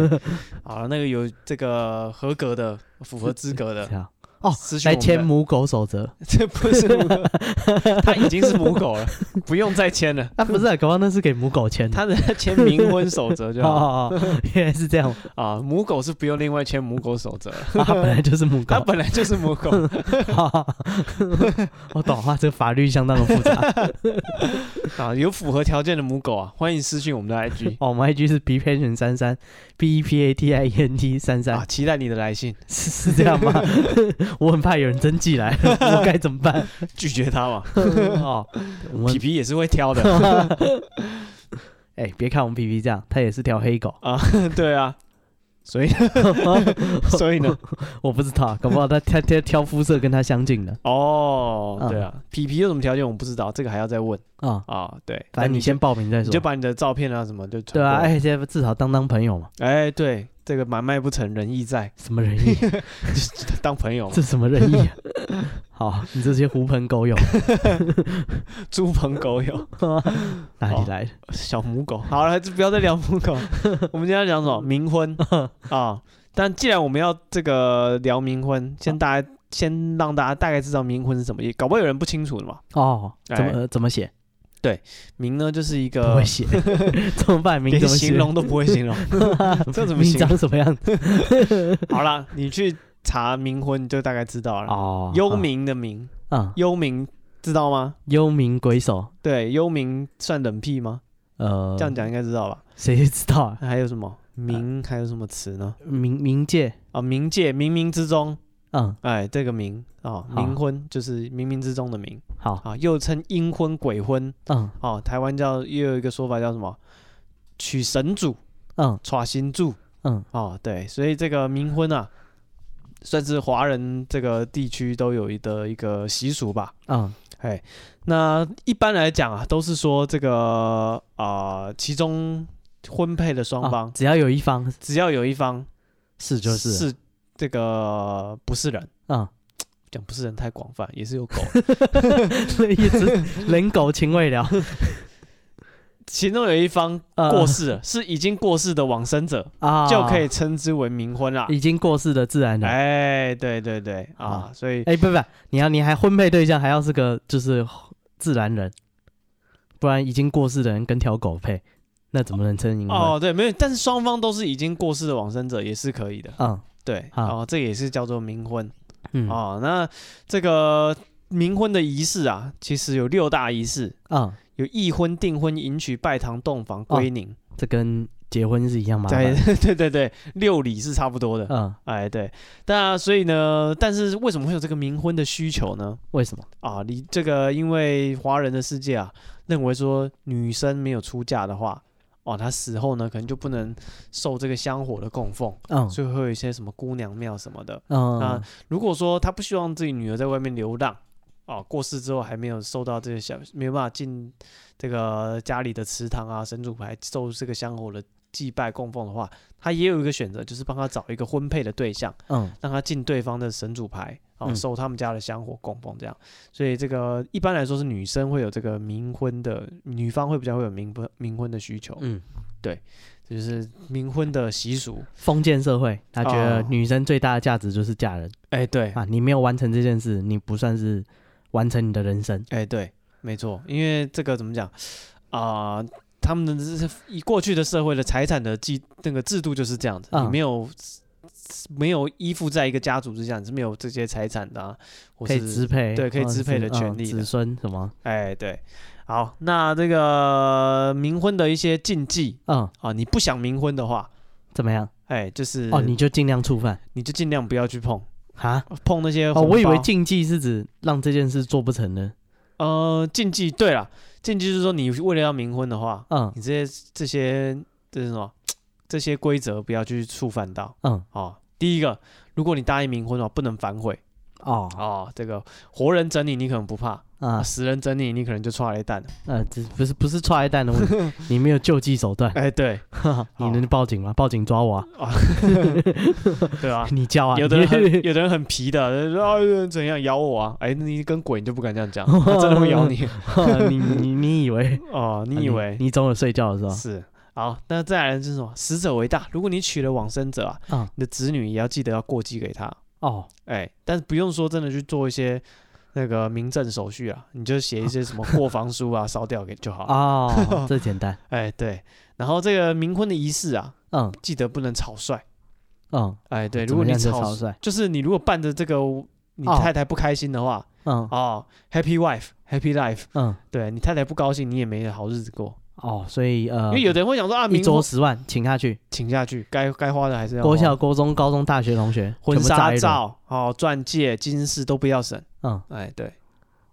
Speaker 1: 好了，那个有这个合格的、符合资格的
Speaker 2: 这，样 (laughs) 哦
Speaker 1: 私讯
Speaker 2: 来
Speaker 1: 我们
Speaker 2: 签
Speaker 1: 的，
Speaker 2: 母狗守则，
Speaker 1: (laughs) 这不是
Speaker 2: (laughs)
Speaker 1: 母狗，他已经是母狗了，不用再签
Speaker 2: (laughs)
Speaker 1: 了。
Speaker 2: 啊不是啊，搞不好那是给母狗签的。
Speaker 1: 他的签冥婚守则就
Speaker 2: 哦
Speaker 1: 好
Speaker 2: 哦，
Speaker 1: (laughs)
Speaker 2: 哦原来是这样，
Speaker 1: 啊，母狗是不用另外签母狗
Speaker 2: (laughs)
Speaker 1: 守则了，
Speaker 2: 啊本来就是母
Speaker 1: 它
Speaker 2: 狗。哦
Speaker 1: 本来就是母狗。
Speaker 2: (laughs) 我懂啊，这个法律相当的复
Speaker 1: (laughs)
Speaker 2: 杂。
Speaker 1: 啊，有符合条件的母狗啊，欢迎私信我们的
Speaker 2: (laughs)
Speaker 1: IG
Speaker 2: 哦，我们 IG 是 b patient 三三 b e p a t i e n t 三
Speaker 1: 啊，
Speaker 2: 三，
Speaker 1: 期待你的来信，
Speaker 2: 是是这样吗？ (laughs) 我很怕有人真
Speaker 1: (laughs)
Speaker 2: 寄来，我该怎么办？
Speaker 1: 拒绝他嘛，
Speaker 2: 哦，我
Speaker 1: 皮
Speaker 2: 们
Speaker 1: 皮也是会挑
Speaker 2: (laughs)
Speaker 1: 的。
Speaker 2: 哎，别看我们皮皮这样，他也是条黑狗
Speaker 1: 啊，对啊，所以所以
Speaker 2: (laughs)
Speaker 1: 呢，
Speaker 2: (laughs) 我不知道，搞不好他他他挑肤色跟他相近的
Speaker 1: 哦，
Speaker 2: 嗯
Speaker 1: 对啊，皮皮有什么条件我们不知道，这个还要再问
Speaker 2: 啊。
Speaker 1: 啊，对，
Speaker 2: 反正你先报名再
Speaker 1: 你
Speaker 2: 说
Speaker 1: 就。把你的照片啊什么就传
Speaker 2: 对
Speaker 1: 过
Speaker 2: 啊，
Speaker 1: 来，
Speaker 2: 哎，现在至少当当朋友嘛，
Speaker 1: 哎，对，这个买卖不成仁义在， (laughs)
Speaker 2: 什么仁义？啊
Speaker 1: 当朋友嘛，
Speaker 2: (laughs) 这什么仁义啊？好，你这些狐朋狗友 (laughs)
Speaker 1: 猪朋狗友， (laughs)
Speaker 2: 哪
Speaker 1: 好
Speaker 2: 里来的？
Speaker 1: 小母狗。好了，就不要再聊母狗，
Speaker 2: (laughs)
Speaker 1: 我们今天要讲什么？冥婚啊。但既然我们要这个聊冥婚，先大家先让大家大概知道冥婚是什么意思，搞不好有人不清楚的嘛。
Speaker 2: 哦，
Speaker 1: 哎
Speaker 2: 怎么、呃怎么写？
Speaker 1: 冥呢就是一
Speaker 2: 不
Speaker 1: 个
Speaker 2: 会写， (laughs) 怎么办？名
Speaker 1: 连
Speaker 2: 怎么写
Speaker 1: 形？容都 (laughs) 不会形
Speaker 2: (laughs)
Speaker 1: 容，这怎么
Speaker 2: 名
Speaker 1: 形容？
Speaker 2: 长什么样子？
Speaker 1: 好啦，你去查冥婚你就大概知道了。
Speaker 2: 哦，
Speaker 1: 啊幽冥的冥，
Speaker 2: 啊、嗯，
Speaker 1: 幽冥知道吗？
Speaker 2: 幽冥鬼手，
Speaker 1: 对，幽冥算冷僻吗？
Speaker 2: 呃，
Speaker 1: 这样讲应该知道吧？
Speaker 2: 谁知道啊？
Speaker 1: 还有什么冥？还有什么词呢？
Speaker 2: 冥冥界，
Speaker 1: 啊，冥界，冥冥之中，
Speaker 2: 嗯，
Speaker 1: 哎，这个冥啊，
Speaker 2: 好
Speaker 1: 冥婚就是冥冥之中的冥
Speaker 2: 好，
Speaker 1: 啊，又称阴婚、鬼婚
Speaker 2: 嗯
Speaker 1: 啊，台湾叫也有一个说法叫什么娶神主、
Speaker 2: 嗯
Speaker 1: 娶新主
Speaker 2: 嗯，
Speaker 1: 啊，对，所以这个冥婚啊，算是华人这个地区都有的一个习俗吧。
Speaker 2: 嗯，
Speaker 1: 哎，那一般来讲啊，都是说这个啊、呃其中婚配的双
Speaker 2: 啊
Speaker 1: 方，
Speaker 2: 只要有一方
Speaker 1: 只要有一方
Speaker 2: 是就是，啊
Speaker 1: 是这个不是人，
Speaker 2: 嗯，
Speaker 1: 讲不是人太广泛，也是有狗。
Speaker 2: (laughs)
Speaker 1: (laughs)
Speaker 2: 一直人狗情未了，
Speaker 1: 其中有一方
Speaker 2: 呃
Speaker 1: 过世了，是已经过世的往生者，
Speaker 2: 啊，
Speaker 1: 就可以称之为冥婚啦。
Speaker 2: 已经过世的自然人。哎哎
Speaker 1: 哎，对对对啊，所以
Speaker 2: 不不，你要你还婚配对象还要是个就是自然人，不然已经过世的人跟条狗配，那怎么能称冥婚？
Speaker 1: 哦，对，没有，但是双方都是已经过世的往生者，也是可以的。
Speaker 2: 嗯
Speaker 1: 对，
Speaker 2: 好
Speaker 1: 哦，这也是叫做冥婚
Speaker 2: 嗯
Speaker 1: 哦。那这个冥婚的仪式啊，其实有六大仪式，
Speaker 2: 嗯，
Speaker 1: 有议婚、订婚、迎娶、拜堂、洞房、
Speaker 2: 哦
Speaker 1: 归宁。 (laughs)
Speaker 2: 这跟结婚是一样麻
Speaker 1: 对
Speaker 2: 烦。
Speaker 1: 对对对，六礼是差不多的。
Speaker 2: 嗯，
Speaker 1: 哎，对，那所以呢，但是为什么会有这个冥婚的需求呢？
Speaker 2: 为什么？
Speaker 1: 啊，你这个因为华人的世界啊，认为说女生没有出嫁的话，哦，她死后呢可能就不能受这个香火的供奉，
Speaker 2: 嗯
Speaker 1: 所以会有一些什么姑娘庙什么的。
Speaker 2: 嗯
Speaker 1: 那如果说她不希望自己女儿在外面流浪，哦，过世之后还没有受到这个香，没有办法进这个家里的祠堂啊、神主牌受这个香火的祭拜供奉的话，她也有一个选择，就是帮她找一个婚配的对象。
Speaker 2: 嗯
Speaker 1: 让他进对方的神主牌，哦，
Speaker 2: 嗯
Speaker 1: 收他们家的香火供奉这样。所以这个一般来说是女生会有这个冥婚的，女方会比较会有冥婚冥婚的需求，
Speaker 2: 嗯，
Speaker 1: 这就是冥婚的习俗。
Speaker 2: 封建社会，他觉得
Speaker 1: 哦
Speaker 2: 女生最大的价值就是嫁人
Speaker 1: 哎，对
Speaker 2: 啊，你没有完成这件事，你不算是完成你的人生。
Speaker 1: 哎、对，没错，因为这个怎么讲啊、他们的这以过去的社会的财产的制那个制度就是这样子，你
Speaker 2: 嗯
Speaker 1: 没有没有依附在一个家族之下，你是没有这些财产的、啊，或
Speaker 2: 可以
Speaker 1: 是
Speaker 2: 支配，
Speaker 1: 对可以
Speaker 2: 或者
Speaker 1: 支配的
Speaker 2: 是嗯
Speaker 1: 权利的
Speaker 2: 子孙什么，
Speaker 1: 哎，对，好，那这个冥婚的一些禁忌
Speaker 2: 嗯，
Speaker 1: 啊，你不想冥婚的话，
Speaker 2: 怎么样？
Speaker 1: 哎，就是
Speaker 2: 哦，你就尽量触犯
Speaker 1: 你就尽量不要去碰
Speaker 2: 啊？
Speaker 1: 碰那些
Speaker 2: 哦，我以
Speaker 1: 红包
Speaker 2: 为禁忌是指让这件事做不成的，
Speaker 1: 呃禁忌，对了，禁忌就是说你为了要冥婚的话，
Speaker 2: 嗯
Speaker 1: 你这些这些这是什么这些规则不要去触犯到
Speaker 2: 嗯，
Speaker 1: 哦。第一个，如果你答应冥婚的话，不能反悔
Speaker 2: 哦
Speaker 1: 哦。这个活人整你，你可能不怕；
Speaker 2: 啊
Speaker 1: 啊，死人整你，你可能就踹了一
Speaker 2: (laughs)
Speaker 1: 蛋。
Speaker 2: 呃，这不是不是踹蛋的问题，
Speaker 1: (laughs)
Speaker 2: 你没有救济手段， (laughs)
Speaker 1: 哎，对，
Speaker 2: 你能报警吗？报警抓我啊， (laughs)
Speaker 1: 对啊，
Speaker 2: 你叫啊，
Speaker 1: 有的人
Speaker 2: 你 (laughs)
Speaker 1: 很有的人很皮的，说啊有人怎样咬我啊？哎，那你跟鬼你就不敢这样
Speaker 2: (laughs)
Speaker 1: 讲，他真的会咬你
Speaker 2: 你 (laughs) 你你以为啊
Speaker 1: 哦。 (laughs) 你以为
Speaker 2: 你啊总有睡觉
Speaker 1: (laughs)
Speaker 2: 的时候
Speaker 1: 是？好，那再来就是什么？死者为大。如果你娶了往生者啊，
Speaker 2: 啊？
Speaker 1: 你的子女也要记得要过继给他。
Speaker 2: 哦，
Speaker 1: 哎，但是不用说真的去做一些那个民政手续啊，你就写一些什么过房书啊，烧掉给就好了。
Speaker 2: 哦，这简单，
Speaker 1: 哎，对。然后这个冥婚的仪式啊，
Speaker 2: 嗯
Speaker 1: 记得不能草率。
Speaker 2: 嗯
Speaker 1: 哎，对，
Speaker 2: 怎
Speaker 1: 如
Speaker 2: 么
Speaker 1: 果你
Speaker 2: 样就
Speaker 1: 草
Speaker 2: 草率
Speaker 1: 就是你如果伴着这个你
Speaker 2: 哦
Speaker 1: 太太不开心的话，
Speaker 2: 嗯
Speaker 1: 哦，Happy Wife Happy Life，
Speaker 2: 嗯，
Speaker 1: 对你太太不高兴，你也没好日子过。
Speaker 2: 哦，所以呃，
Speaker 1: 因为有的人会想说啊，
Speaker 2: 一
Speaker 1: 明
Speaker 2: 桌
Speaker 1: 桌
Speaker 2: 十万请下去，
Speaker 1: 请下去，该该花的还是要花。
Speaker 2: 国小、国中、高中、大学同学
Speaker 1: 哦婚
Speaker 2: 全部炸
Speaker 1: 纱
Speaker 2: 一轮，
Speaker 1: 照、哦钻戒、金饰都不要省。
Speaker 2: 嗯
Speaker 1: 哎，对，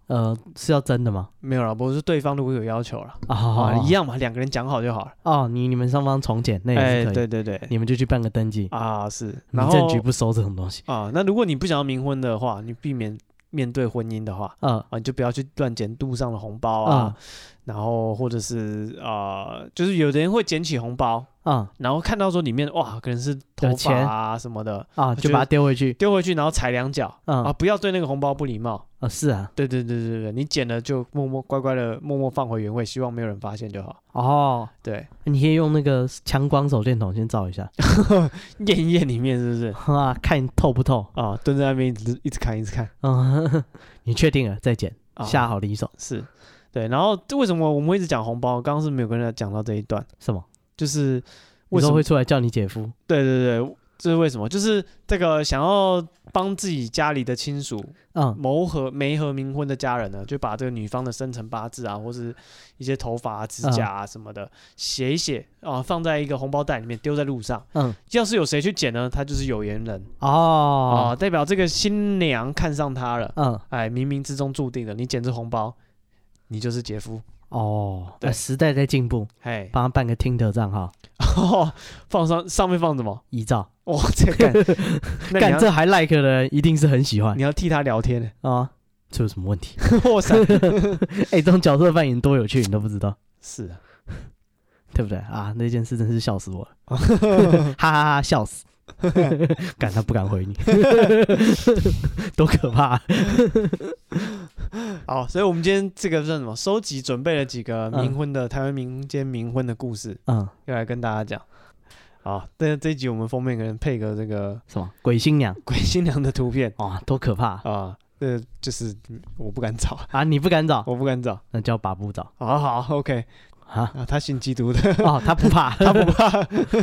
Speaker 2: 呃，是要真的吗？
Speaker 1: 没有了，不是对方如果有要求了。
Speaker 2: 啊，
Speaker 1: 啊，
Speaker 2: 哦
Speaker 1: 一样嘛，两个人讲好就好了。
Speaker 2: 哦，你你们双方重检那也
Speaker 1: 哎，
Speaker 2: 是可以，
Speaker 1: 对对对，
Speaker 2: 你们就去办个登记，
Speaker 1: 啊是，然
Speaker 2: 民
Speaker 1: 后
Speaker 2: 政局不收这种东西。
Speaker 1: 啊，那如果你不想要冥婚的话，你避免面对婚姻的话，
Speaker 2: 呃
Speaker 1: 啊，你就不要去乱捡路上的红包啊
Speaker 2: 啊，
Speaker 1: 然后或者是啊，就是有的人会捡起红包，
Speaker 2: 啊
Speaker 1: 然后看到说里面哇，可能是头
Speaker 2: 有
Speaker 1: 发
Speaker 2: 钱
Speaker 1: 啊什么的，
Speaker 2: 啊，就把它丢回去。
Speaker 1: 丢回去然后踩两脚
Speaker 2: 嗯
Speaker 1: 啊，不要对那个红包不礼貌。
Speaker 2: 啊，是啊，
Speaker 1: 对对对对对，你捡了就默默乖乖的默默放回原位，希望没有人发现就好。
Speaker 2: 哦，
Speaker 1: 对， (laughs)
Speaker 2: 你可以用那个强光手电筒先照一下，
Speaker 1: 验一验里面是不是
Speaker 2: 啊，看透不透。
Speaker 1: 啊？蹲在那边一直一直看一直看
Speaker 2: 嗯， (laughs) 你确定了再剪，
Speaker 1: 啊，
Speaker 2: 下好离手。
Speaker 1: 是，对。然后为什么我们会一直讲红包？刚刚是没有跟大家讲到这一段，
Speaker 2: 什么？
Speaker 1: 就是
Speaker 2: 我
Speaker 1: 为什
Speaker 2: 说
Speaker 1: 么
Speaker 2: 会？出来叫你姐夫？
Speaker 1: 对对对，这是为什么？就是这个想要帮自己家里的亲属
Speaker 2: 嗯
Speaker 1: 谋合媒合冥婚的家人呢，就把这个女方的生辰八字啊，或是一些头发、啊、指甲啊什么的写一写啊，放在一个红包袋里面丢在路上。
Speaker 2: 嗯，
Speaker 1: 要是有谁去捡呢，他就是有缘人啊、
Speaker 2: 哦，
Speaker 1: 代表这个新娘看上他了。
Speaker 2: 嗯
Speaker 1: 哎，冥冥之中注定的，你捡这红包，你就是姐夫。
Speaker 2: 哦，
Speaker 1: 对
Speaker 2: 呃时代在进步，
Speaker 1: 嘿，
Speaker 2: 帮他办个 Tinder 账号，
Speaker 1: (laughs) 哦，放上上面放什么？
Speaker 2: 遗照。
Speaker 1: 哇，这干，
Speaker 2: (laughs)
Speaker 1: 那你
Speaker 2: 干
Speaker 1: 要
Speaker 2: 这还 like 的人一定是很喜欢
Speaker 1: 你要替他聊天呢？ (laughs)
Speaker 2: 啊，这有什么问题？
Speaker 1: 哇塞，
Speaker 2: (laughs) 哎，这种角色扮演多有趣，你都不知道。
Speaker 1: 是啊，
Speaker 2: 对不对啊？那件事真是笑死 (laughs) 我了，哈哈哈，笑 (laughs) 死！敢他不敢 (laughs) 回你，多可怕！
Speaker 1: 好，所以我们今天这个是什么？收集准备了几个
Speaker 2: 嗯
Speaker 1: 冥婚的、台湾民间冥婚的故事，
Speaker 2: 嗯，
Speaker 1: 要来跟大家讲。好，这这一集我们封面可能配个这个 (laughs)
Speaker 2: 什么鬼新娘
Speaker 1: 鬼新娘的图片
Speaker 2: 哇、多可怕
Speaker 1: 啊，这就是嗯我不敢找， (laughs)
Speaker 2: 啊！你不敢找，
Speaker 1: 我不敢找。
Speaker 2: 那叫把不找
Speaker 1: 好好，OK
Speaker 2: 啊！
Speaker 1: 啊，他信基督的， (laughs)
Speaker 2: 哦，他不怕，
Speaker 1: 他
Speaker 2: (laughs) 他
Speaker 1: 不怕，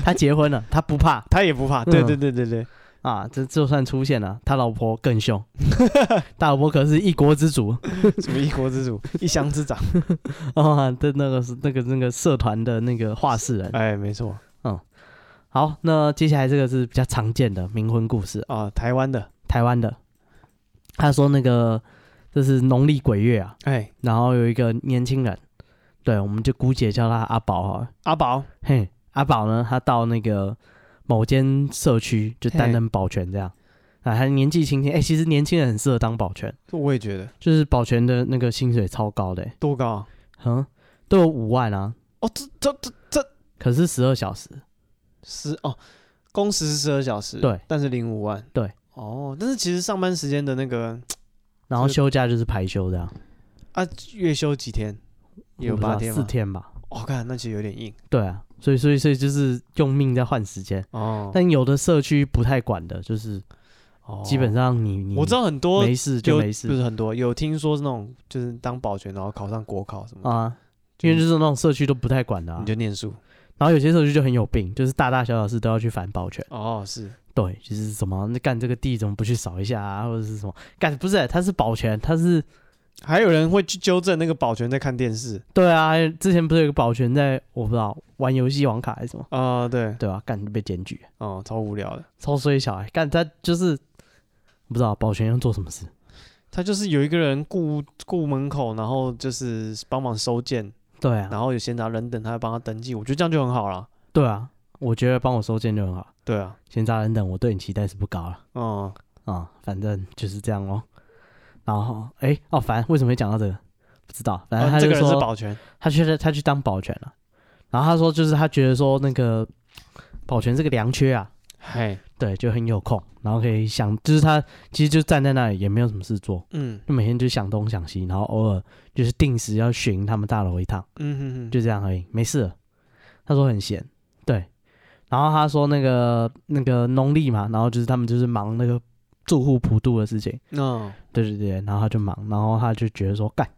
Speaker 2: 他结婚了，他不怕
Speaker 1: 他也不怕。
Speaker 2: 嗯
Speaker 1: 对对对对对，
Speaker 2: 啊！这就算出现了，他老婆更凶， (laughs) 他老婆可是一国之主 (laughs)
Speaker 1: 什么一国之主、一乡之长，
Speaker 2: 啊！这那个是那个那个社团的那个话事人。
Speaker 1: 哎，没错
Speaker 2: 好，那接下来这个是比较常见的冥婚故事，
Speaker 1: 啊，台湾的，
Speaker 2: 台湾的，他说那个这是农历鬼月啊，
Speaker 1: 哎，
Speaker 2: 然后有一个年轻人，对，我们就姑且叫他阿宝好了。
Speaker 1: 阿宝，
Speaker 2: 嘿，阿宝呢，他到那个某间社区就担任保全这样。啊，他年纪轻轻，哎、其实年轻人很适合当保全，
Speaker 1: 我也觉得
Speaker 2: 就是保全的那个薪水超高的、欸，
Speaker 1: 多高啊？
Speaker 2: 嗯，都有五万啊，
Speaker 1: 哦，这这这这
Speaker 2: 可是十二小时，
Speaker 1: 十哦，工时是十二小时，
Speaker 2: 对，
Speaker 1: 但是零五万，
Speaker 2: 对，
Speaker 1: 哦，但是其实上班时间的那个呃
Speaker 2: 然后
Speaker 1: 是
Speaker 2: 休假就是排休这样，
Speaker 1: 啊，月休几天？也有
Speaker 2: 我不知道
Speaker 1: 八天
Speaker 2: 四
Speaker 1: 吗？
Speaker 2: 天吧，
Speaker 1: 我看那其实有点硬
Speaker 2: 对啊，所以所以所以就是用命在换时间，
Speaker 1: 哦。
Speaker 2: 但有的社区不太管的，就是
Speaker 1: 哦
Speaker 2: 基本上你你
Speaker 1: 我知道很多
Speaker 2: 没事就
Speaker 1: 有
Speaker 2: 没
Speaker 1: 不
Speaker 2: 事
Speaker 1: 是很多有听说是那种就是当保全然后考上国考什么的，
Speaker 2: 啊，因为就是那种社区都不太管的、啊
Speaker 1: 你，就念书
Speaker 2: 然后有些社区就很有病，就是大大小小事都要去反保全。
Speaker 1: 哦是
Speaker 2: 对，就是什么那干这个地怎么不去扫一下啊，或者是什么干不是，欸他是保全，他是
Speaker 1: 还有人会去纠正那个保全在看电视
Speaker 2: 对啊，之前不是有个保全在我不知道玩游戏网卡还是什么，
Speaker 1: 啊、对，
Speaker 2: 对啊，干就被检举，
Speaker 1: 哦、超无聊的。
Speaker 2: 超衰小孩，干他就是不知道保全要做什么事，
Speaker 1: 他就是有一个人顾顾门口，然后就是帮忙收件，
Speaker 2: 对啊，
Speaker 1: 然后有闲杂人等，他帮他登记，我觉得这样就很好了。
Speaker 2: 对啊，我觉得帮我收件就很好，
Speaker 1: 对啊，
Speaker 2: 闲杂人等我对你期待是不高了
Speaker 1: 嗯，
Speaker 2: 啊、反正就是这样咯。然后哎、哦，反正为什么会讲到这个？不知道，反正
Speaker 1: 啊
Speaker 2: 他
Speaker 1: 这
Speaker 2: 就
Speaker 1: 个
Speaker 2: 说、
Speaker 1: 人是保全，
Speaker 2: 他去他去当保全了、然后他说就是他觉得说那个保全这个良缺啊，
Speaker 1: 嘿，
Speaker 2: 对，就很有空，然后可以想，就是他其实就站在那里也没有什么事做，
Speaker 1: 嗯
Speaker 2: 就每天就想东想西，然后偶尔就是定时要巡他们大楼一趟，
Speaker 1: 嗯哼哼，
Speaker 2: 就这样而已，没事了。他说很闲，对。然后他说那个那个农历嘛，然后就是他们就是忙那个住户普渡的事情，
Speaker 1: 嗯
Speaker 2: 对对对，然后他就忙，然后他就觉得说干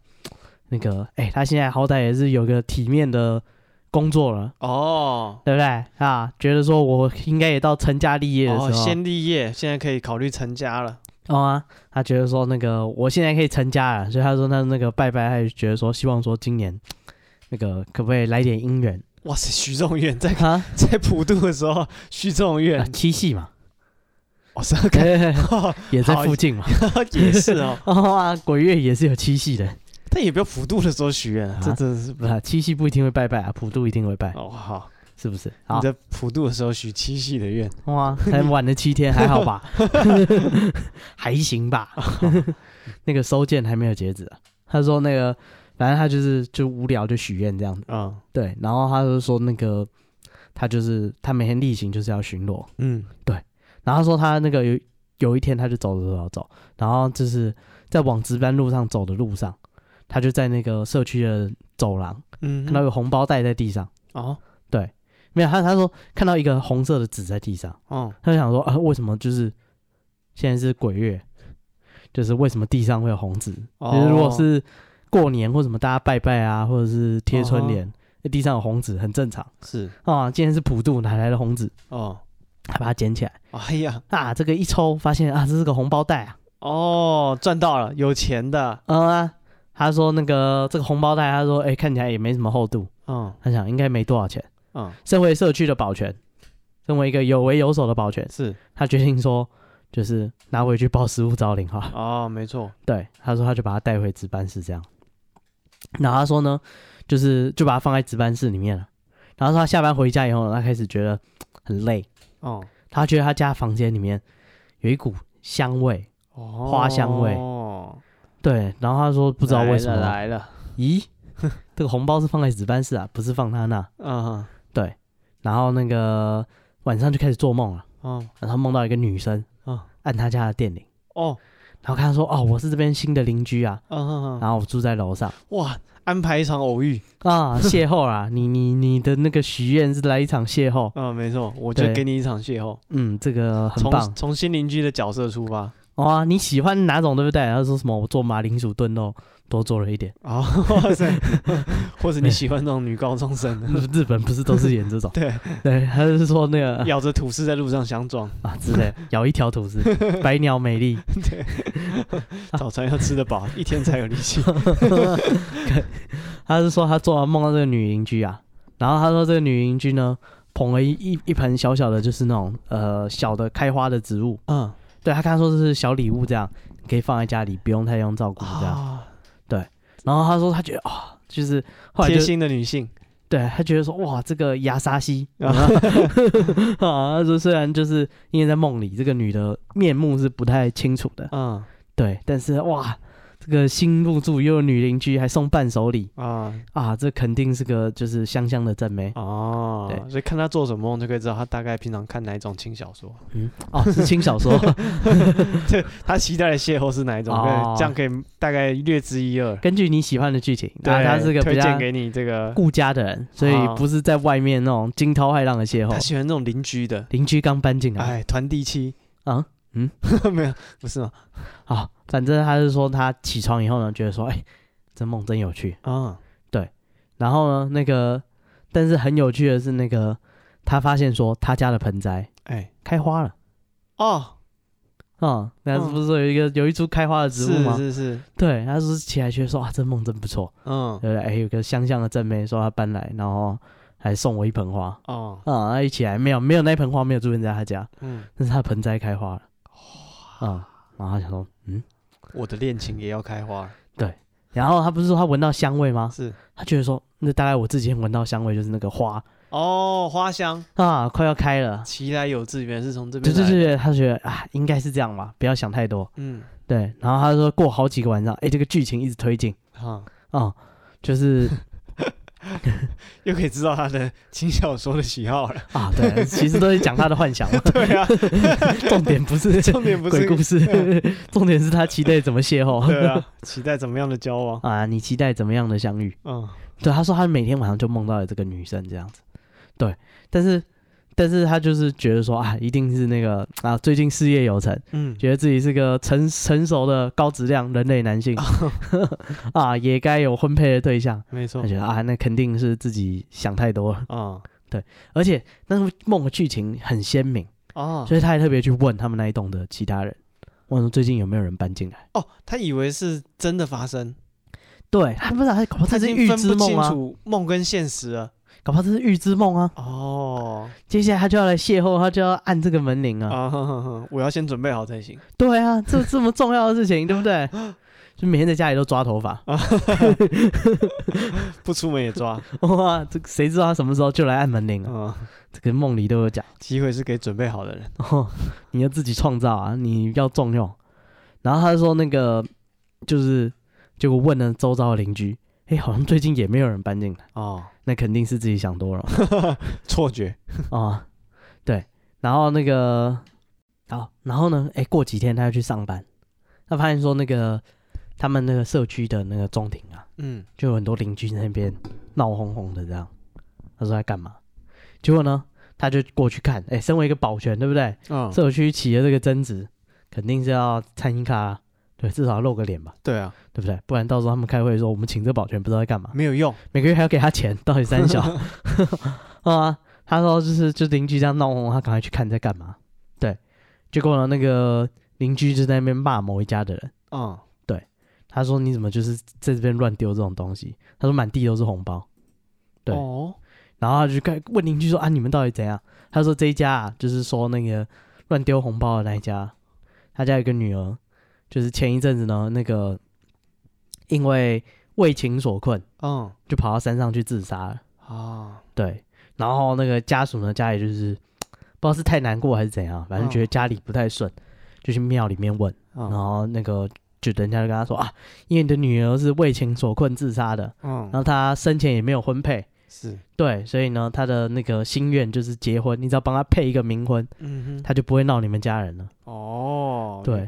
Speaker 2: 那个，哎、他现在好歹也是有个体面的工作了，
Speaker 1: 哦
Speaker 2: 对不对啊？觉得说我应该也到成家立业的时候，
Speaker 1: 哦，先立业，现在可以考虑成家了。
Speaker 2: 哦啊，他觉得说那个我现在可以成家了，所以他说那那个拜拜，他就觉得说希望说今年那个可不可以来点
Speaker 1: (laughs)
Speaker 2: 姻缘
Speaker 1: 哇塞，徐仲远 (laughs) 在
Speaker 2: 啊？
Speaker 1: 在普渡的时候，徐仲
Speaker 2: 啊
Speaker 1: 远，
Speaker 2: 七夕嘛，
Speaker 1: 我是要看，
Speaker 2: (laughs) 也在
Speaker 1: 好
Speaker 2: 附近嘛。
Speaker 1: 也是哦，
Speaker 2: (laughs) 哦啊，鬼月也是有七夕的，
Speaker 1: 但也不要普渡的时候许愿啊，这
Speaker 2: 啊
Speaker 1: 真的是
Speaker 2: 不是啊七夕不一定会拜拜啊，普渡一定会拜，
Speaker 1: 哦好，
Speaker 2: 是不是？
Speaker 1: 你
Speaker 2: 好
Speaker 1: 在普渡的时候许七夕的愿，
Speaker 2: 哇，才晚了七天，还
Speaker 1: (laughs)
Speaker 2: 好吧？还行吧。 (laughs) 那个收件还没有截止啊。他说那个，反正他就是就无聊就许愿这样子。
Speaker 1: 嗯
Speaker 2: 对，然后他就说那个，他就是他每天例行就是要巡逻，
Speaker 1: 嗯
Speaker 2: 然后他说他那个有有一天他就走走走走，然后就是在往值班路上走的路上，他就在那个社区的走廊
Speaker 1: 嗯，
Speaker 2: 看到有红包袋在地上，
Speaker 1: 哦
Speaker 2: 没有他他说看到一个红色的纸在地上，
Speaker 1: 哦
Speaker 2: 他就想说啊、为什么就是现在是鬼月，就是啊为什么地上会有红纸？
Speaker 1: 哦
Speaker 2: 就是如果是过年或什么大家拜拜啊，或者是贴春联，
Speaker 1: 哦
Speaker 2: 那地上有红纸很正常。
Speaker 1: 是
Speaker 2: 啊，今天是普渡，哪来的红纸？
Speaker 1: 哦，
Speaker 2: 还把它捡起来
Speaker 1: 哎呀
Speaker 2: 啊！这个一抽，发现啊，这是个红包袋啊。
Speaker 1: 哦，赚到了，有钱的，
Speaker 2: 嗯啊，他说那个这个红包袋，他说哎、看起来也没什么厚度，
Speaker 1: 嗯
Speaker 2: 他想应该没多少钱。
Speaker 1: 嗯
Speaker 2: 身为社区的保全，身为一个有为有守的保全，
Speaker 1: 是
Speaker 2: 他决定说就是拿回去报失物招领哈。
Speaker 1: 哦，没错，
Speaker 2: 对，他说他就把他带回值班室这样。然后他说呢，就是就把他放在值班室里面了。然后他说他下班回家以后呢，他开始觉得很累，
Speaker 1: 哦
Speaker 2: 他觉得他家房间里面有一股香味，
Speaker 1: 哦，
Speaker 2: 花香味
Speaker 1: 哦，
Speaker 2: 对。然后他说不知道为什么，
Speaker 1: 来了，来了
Speaker 2: 咦， (laughs) 这个红包是放在值班室啊，不是放他那。
Speaker 1: 嗯
Speaker 2: 然后那个晚上就开始做梦了，
Speaker 1: 嗯
Speaker 2: 然后他梦到一个女生
Speaker 1: 嗯
Speaker 2: 按他家的电铃，
Speaker 1: 哦
Speaker 2: 然后跟他说哦，我是这边新的邻居啊，
Speaker 1: 嗯嗯嗯，
Speaker 2: 然后我住在楼上。
Speaker 1: 哇，安排一场偶遇，
Speaker 2: 啊， (laughs) 邂逅啦！你你你的那个许愿是来一场邂逅，
Speaker 1: 嗯，没错，我就
Speaker 2: 对
Speaker 1: 给你一场邂逅，
Speaker 2: 嗯，这个很
Speaker 1: 从
Speaker 2: 棒
Speaker 1: 从新邻居的角色出发，
Speaker 2: 哦啊！你喜欢哪种对不对？然后说什么我做马铃薯炖肉多做了一点，
Speaker 1: 哦， (laughs) 哇
Speaker 2: (laughs)
Speaker 1: 塞，或者你喜欢那种女高中生的，？
Speaker 2: 日本不是都是演这种
Speaker 1: 对，
Speaker 2: 对，他是说
Speaker 1: (laughs)
Speaker 2: 那个
Speaker 1: 咬着吐司在路上相撞，
Speaker 2: (laughs) 啊之类，咬一条吐司， (laughs) 百鸟美丽，
Speaker 1: 早餐要吃得饱，一天才有力
Speaker 2: (laughs)
Speaker 1: 气。
Speaker 2: 他是说他做完梦到这个女邻居啊，然后他说这个女邻居呢捧了一一一盆小小的，就是那种呃小的开花的植物，
Speaker 1: 嗯
Speaker 2: 对他跟他说这是小礼物，这样可以放在家里，不用太用照顾这样。
Speaker 1: 啊，
Speaker 2: 然后他说他觉得啊、就是后来
Speaker 1: 贴
Speaker 2: 就
Speaker 1: 心的女性，
Speaker 2: 对他觉得说哇，这个亚沙西啊， (laughs) 他说虽然就是因为在梦里这个女的面目是不太清楚的，
Speaker 1: 嗯
Speaker 2: 对，但是哇，这个新入住又有女邻居还送伴手礼
Speaker 1: 啊
Speaker 2: 啊，这肯定是个就是香香的正妹，
Speaker 1: 哦，
Speaker 2: 对
Speaker 1: 所以看她做什么梦就可以知道她大概平常看哪一种轻小说， (laughs)
Speaker 2: 嗯，哦是轻小说，
Speaker 1: 她期待的邂逅是哪一种，
Speaker 2: 哦
Speaker 1: 这样可以大概略知一二。
Speaker 2: 根据你喜欢的剧情，
Speaker 1: 对，
Speaker 2: 啊，他是个
Speaker 1: 推
Speaker 2: 比
Speaker 1: 荐
Speaker 2: 较
Speaker 1: 给你这个，
Speaker 2: 顾家的人，所以
Speaker 1: 哦
Speaker 2: 不是在外面那种惊涛骇浪的邂
Speaker 1: 他
Speaker 2: 逅，
Speaker 1: 喜欢那种邻居的，哎
Speaker 2: 邻居刚搬进来
Speaker 1: 哎，团地妻
Speaker 2: 嗯啊，嗯，
Speaker 1: (laughs) 没有，不是吗？
Speaker 2: 啊，反正他是说他起床以后呢，觉得说，哎、这梦真有趣。
Speaker 1: 啊，
Speaker 2: 然后呢，那个，但是很有趣的是，那个他发现说他家的盆栽
Speaker 1: 哎，
Speaker 2: 开花了。
Speaker 1: 哦，
Speaker 2: 嗯，那是不是有一个、有一株开花的植物
Speaker 1: 是
Speaker 2: 吗？
Speaker 1: 是是，
Speaker 2: 对，他说起来觉得说啊，这梦真不错，
Speaker 1: 嗯，
Speaker 2: 对不对？哎，有个香香的正妹说她搬来，然后还送我一盆花
Speaker 1: 哦，
Speaker 2: 啊、嗯，她一起来没有没有那盆花没有住人在她家，
Speaker 1: 嗯，
Speaker 2: 但是她盆栽开花了，啊、嗯，然后她想说，嗯，
Speaker 1: 我的恋情也要开花了，
Speaker 2: 然后她不是说她闻到香味吗？
Speaker 1: 是，
Speaker 2: 她觉得说，那大概我之前闻到香味就是那个花
Speaker 1: 哦，花香，
Speaker 2: 啊，快要开了，
Speaker 1: 其来有自，原来是从这
Speaker 2: 对
Speaker 1: 边，
Speaker 2: 对，对，她觉得啊，应该是这样吧，不要想太多，
Speaker 1: 嗯，
Speaker 2: 对，然后她说过好几个晚上，哎，这个剧情一直推进
Speaker 1: 哈，
Speaker 2: 啊、就是
Speaker 1: 又可以知道他的轻小说的喜好了，
Speaker 2: 啊，对，其实都是讲她的幻想嘛。
Speaker 1: (laughs) 对啊，
Speaker 2: (laughs) 重点不
Speaker 1: (laughs)
Speaker 2: 是
Speaker 1: 重点不是
Speaker 2: (laughs)
Speaker 1: 嗯
Speaker 2: 鬼故
Speaker 1: (laughs)
Speaker 2: 事，重点是他期待怎么邂逅
Speaker 1: 对啊，期待怎么样的交往？
Speaker 2: (laughs) 啊，你期待怎么样的相遇？
Speaker 1: 嗯，
Speaker 2: 对，他说他每天晚上就梦到了这个女生这样子，对，但是但是他就是觉得说啊，一定是那个啊，最近事业有成，
Speaker 1: 嗯，
Speaker 2: 觉得自己是个成成熟的高质量人类男性啊，也该有婚配的对象。
Speaker 1: (laughs) 没错
Speaker 2: 他，觉得啊，那肯定是自己想太多了，
Speaker 1: 啊
Speaker 2: 而且那个梦的剧情很鲜明，
Speaker 1: 啊，
Speaker 2: 所以他还特别去问他们那一栋的其他人，问说最近有没有人搬进来。
Speaker 1: 哦，他以为是真的发生，
Speaker 2: 对，他不是、啊，哦他搞不好
Speaker 1: 他
Speaker 2: 这
Speaker 1: 已
Speaker 2: 是
Speaker 1: 经
Speaker 2: 预
Speaker 1: 分
Speaker 2: 知
Speaker 1: 不
Speaker 2: 梦
Speaker 1: 清
Speaker 2: 啊，
Speaker 1: 楚梦跟现实了。
Speaker 2: 搞不好这是预知梦啊。
Speaker 1: 哦，
Speaker 2: 接下来他就要来邂逅，他就要按这个门铃啊。
Speaker 1: 啊， (laughs) 哼哼哼我要先准备好才行。 (laughs)
Speaker 2: 对啊，这这么重要的事情，对不 (laughs) 对？就每天在家里都抓头发，
Speaker 1: 不出门也
Speaker 2: (laughs)
Speaker 1: 抓，
Speaker 2: 哇，这个谁知道他什么时候就来按门铃啊？
Speaker 1: 嗯，
Speaker 2: 这个梦里都有讲，
Speaker 1: 机会是给准备好的人。
Speaker 2: 哦，你要自己创造啊，你要重用。然后他说那个就是，结果问了周遭的邻居，哎，好像最近也没有人搬进来，
Speaker 1: 哦，
Speaker 2: 那肯定是自己想多了。
Speaker 1: 错觉。
Speaker 2: 哦，对，然后那个，好，然后呢，哎，过几天他要去上班，他发现说那个他们那个社区的那个中庭啊，
Speaker 1: 嗯，
Speaker 2: 就有很多邻居在那边闹哄哄的这样，他说在干嘛？结果呢，他就过去看，哎，身为一个保全，对不对？
Speaker 1: 嗯，
Speaker 2: 社区起了这个争执，肯定是要参一咖，啊对，至少要露个脸吧，
Speaker 1: 对啊，
Speaker 2: 对不对？不然到时候他们开会说我们请这保全不知道在干嘛，
Speaker 1: 没有用。
Speaker 2: 每个月还要给他钱，到底三小 (laughs) 啊？他说就是就邻居这样闹哄，他赶快去看在干嘛。对，结果呢，那个邻居就在那边骂某一家的人，
Speaker 1: 嗯，
Speaker 2: 他说你怎么就是在这边乱丢这种东西？他说满地都是红包，对
Speaker 1: 哦，
Speaker 2: 然后他就开问邻居说啊，你们到底怎样？他说这一家啊，就是说那个乱丢红包的那一家，他家有个女儿，就是前一阵子呢，那个因为为情所困，
Speaker 1: 嗯，
Speaker 2: 就跑到山上去自杀了。
Speaker 1: 啊，
Speaker 2: 对，然后那个家属呢，家里就是不知道是太难过还是怎样，反正觉得家里不太顺，就去庙里面问，然
Speaker 1: 嗯，
Speaker 2: 后那个就人家就跟他说啊，因为你的女儿是为情所困自杀的，然
Speaker 1: 嗯，
Speaker 2: 后她生前也没有婚配，
Speaker 1: 是，
Speaker 2: 对，所以呢，她的那个心愿就是结婚，你只要帮她配一个冥婚，
Speaker 1: 嗯哼，
Speaker 2: 她就不会闹你们家人了。
Speaker 1: 哦，
Speaker 2: 对，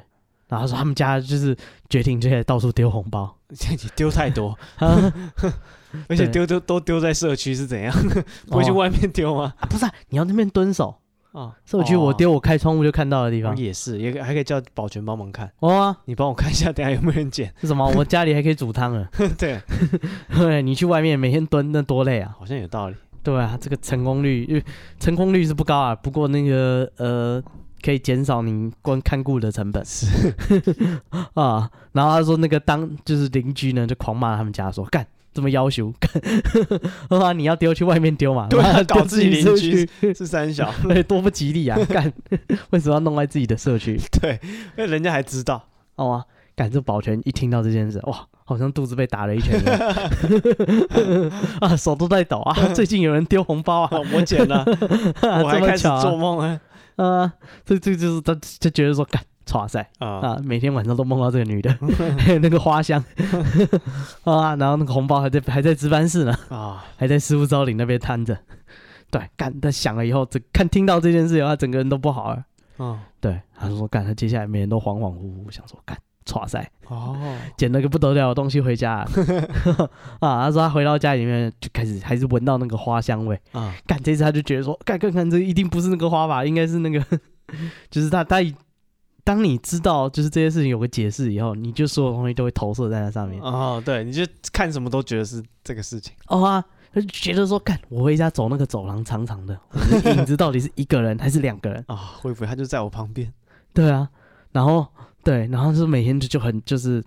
Speaker 2: 然后他说他们家就是决定就开始到处丢红
Speaker 1: (laughs)
Speaker 2: 包，
Speaker 1: (laughs)
Speaker 2: 嗯
Speaker 1: 你，你丢太
Speaker 2: (laughs)
Speaker 1: 多， (laughs) 而且
Speaker 2: 对
Speaker 1: 丢丢都丢在社区是怎样？不会去
Speaker 2: 哦
Speaker 1: 外面丢吗？
Speaker 2: 啊，不是、啊，你要那边蹲守，
Speaker 1: 啊，
Speaker 2: 社区我
Speaker 1: 哦
Speaker 2: 丢我开窗户就看到的地方
Speaker 1: 哦，也是，也可以还可以叫保全帮忙看，
Speaker 2: 哇、哦啊
Speaker 1: 你帮我看一下，等下有没有人 (laughs) 捡？
Speaker 2: 是什么？我家里还可以煮汤了。
Speaker 1: 对，
Speaker 2: 对 (laughs) 你去外面每天蹲，那多累啊！
Speaker 1: 好像有道理。
Speaker 2: 对啊，这个成功率，因为成功率是不高啊，不过那个呃，可以减少你光看顾的成本
Speaker 1: 是，
Speaker 2: (laughs) 啊。然后他说那个当就是邻居呢，就狂骂他们家说干。这么要求，干 (laughs) 啊！你要丢去外面丢嘛，
Speaker 1: (laughs) 对啊
Speaker 2: 妈的
Speaker 1: 搞
Speaker 2: 丢
Speaker 1: (laughs) 自己邻
Speaker 2: 社
Speaker 1: 居
Speaker 2: 区，
Speaker 1: 是三小，
Speaker 2: (laughs) 对，多不吉利啊！ (laughs) 干，为什么要弄在自己的社区？ (laughs)
Speaker 1: 对，那哎人家还知 (laughs) 道。
Speaker 2: 好啊，感这保全一听到这件事，哇，好像肚子被打了一拳一样， (laughs) 啊，手都在抖啊！最近有人丢红包啊，
Speaker 1: 哦我捡 (laughs) 了，
Speaker 2: (laughs)
Speaker 1: 我还
Speaker 2: 这么
Speaker 1: 开始
Speaker 2: 巧啊
Speaker 1: 做梦啊！
Speaker 2: 啊，这这就是他就觉得说，干，哇塞
Speaker 1: 啊，
Speaker 2: 啊，每天晚上都梦到这个女的， (laughs) 还有那个花香 (laughs) 啊，然后那个红包还在还在值班室呢，
Speaker 1: 啊，
Speaker 2: 还在师傅招领那边摊着。对，干，他想了以后，这看听到这件事以后，他整个人都不好了。
Speaker 1: 嗯，
Speaker 2: 对，他说干，他接下来每天都恍恍惚惚，想说干，哇塞，
Speaker 1: 哦，
Speaker 2: 捡了个不得了 (laughs) 的东西回家啊啊！他说他回到家里面就开始还是闻到那个花香味，
Speaker 1: 啊，
Speaker 2: 干 (laughs) 这次他就觉得说，干看看这一定不是那个花吧，应该是那个，就是他他当你知道就是这些事情有个解释以后，你就所有东西都会投射在那上面。
Speaker 1: 哦，对，你就看什么都觉得是这个事情，
Speaker 2: 哦啊，就觉得说，干，我回家走那个走廊长长的，我的影子到底是一个人还是两
Speaker 1: (laughs)
Speaker 2: 个人？
Speaker 1: 啊、会不会他就在我旁边？
Speaker 2: 对啊，然后对，然后就是每天就就很就是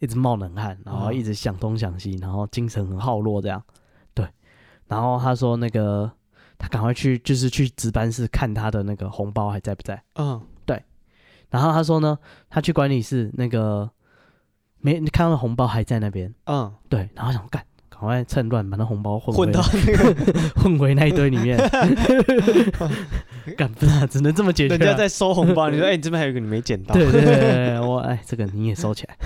Speaker 2: 一直冒冷汗，然后一直想东想西，然后精神很耗落这样。对，然后他说那个他赶快去就是去值班室看他的那个红包还在不在。
Speaker 1: 嗯，
Speaker 2: 然后他说呢，他去管理室那个没看到红包还在那边。
Speaker 1: 嗯，
Speaker 2: 对，然后想干。赶快趁乱把那红包混回
Speaker 1: 混到
Speaker 2: 来
Speaker 1: 那 (laughs) 个
Speaker 2: 混回那一堆里
Speaker 1: (laughs)
Speaker 2: 面，干不是啊只能这么解决、啊。
Speaker 1: 人家在收红包，你说哎、你这边还有一个你没捡到，
Speaker 2: 对对对对，我哎，这个你也收起来